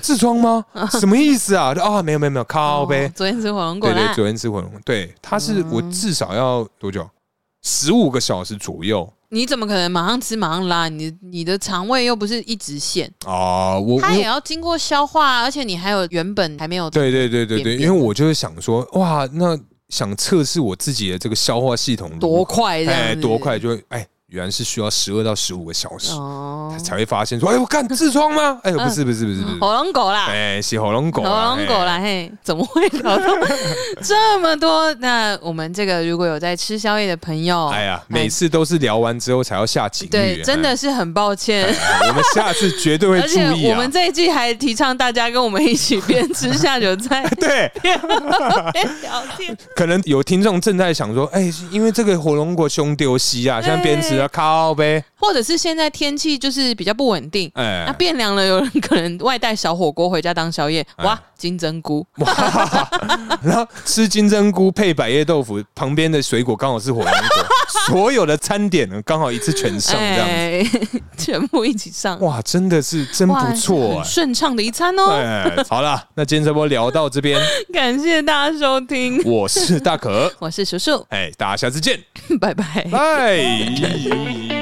Speaker 1: 痔疮吗？什么意思啊？就啊，没有没有没有，靠呗。
Speaker 2: 嗯哦昨天吃火龙果
Speaker 1: 对对，
Speaker 2: 啦，
Speaker 1: 昨天吃火龙，对，它是我
Speaker 2: 嗯
Speaker 1: 至少要多久？十五个小时左右
Speaker 2: 你怎么可能马上吃马上拉？你你的肠胃又不是一直线，
Speaker 1: 啊、我我
Speaker 2: 它也要经过消化，而且你还有原本还没有
Speaker 1: 对对对对对，
Speaker 2: 便
Speaker 1: 因
Speaker 2: 便
Speaker 1: 为我就是想说，哇，那想测试我自己的这个消化系统如何
Speaker 2: 多快这样
Speaker 1: 哎
Speaker 2: 子，
Speaker 1: 多快就会哎。原来是需要十二到十五个小时、
Speaker 2: 哦，嗯
Speaker 1: 才会发现说，哎，我看痔疮吗？哎呦，不是不是不是不是，
Speaker 2: 火龙果啦，
Speaker 1: 哎，是喉咙狗
Speaker 2: 火
Speaker 1: 啦，
Speaker 2: 龙果
Speaker 1: 哎
Speaker 2: 啦，嘿，怎么会聊到 这么多？那我们这个如果有在吃宵夜的朋友，
Speaker 1: 哎呀，每次都是聊完之后才要下警语，
Speaker 2: 对，
Speaker 1: 哎
Speaker 2: 真的是很抱歉。
Speaker 1: 哎我们下次绝对会
Speaker 2: 而
Speaker 1: 注
Speaker 2: 且
Speaker 1: 意
Speaker 2: 我
Speaker 1: 啊
Speaker 2: 们。这一季还提倡大家跟我们一起边吃下 酒菜
Speaker 1: 对，
Speaker 2: 边聊天，
Speaker 1: 可能有听众正在想说，哎、因为这个火龙果胸丢西啊，现在边吃啊靠呗，
Speaker 2: 或者是现在天气就是比较不稳定，
Speaker 1: 哎、
Speaker 2: 那变凉了，有人可能外带小火锅回家当宵夜，
Speaker 1: 哎
Speaker 2: 哇，金针菇，
Speaker 1: 然后吃金针菇配百叶豆腐，旁边的水果刚好是火龙果， 所有的餐点呢刚好一次全上这样子，
Speaker 2: 哎， 全部一起上，
Speaker 1: 哇，真的是真
Speaker 2: 哇
Speaker 1: 不错
Speaker 2: 很
Speaker 1: 哎、
Speaker 2: 顺畅的一餐哦。
Speaker 1: 哎，好了，那今天这波聊到这边，
Speaker 2: 感谢大家收听，
Speaker 1: 我是大可，
Speaker 2: 我是叔叔，
Speaker 1: 哎、大家下次见，
Speaker 2: 拜拜。
Speaker 1: 拜。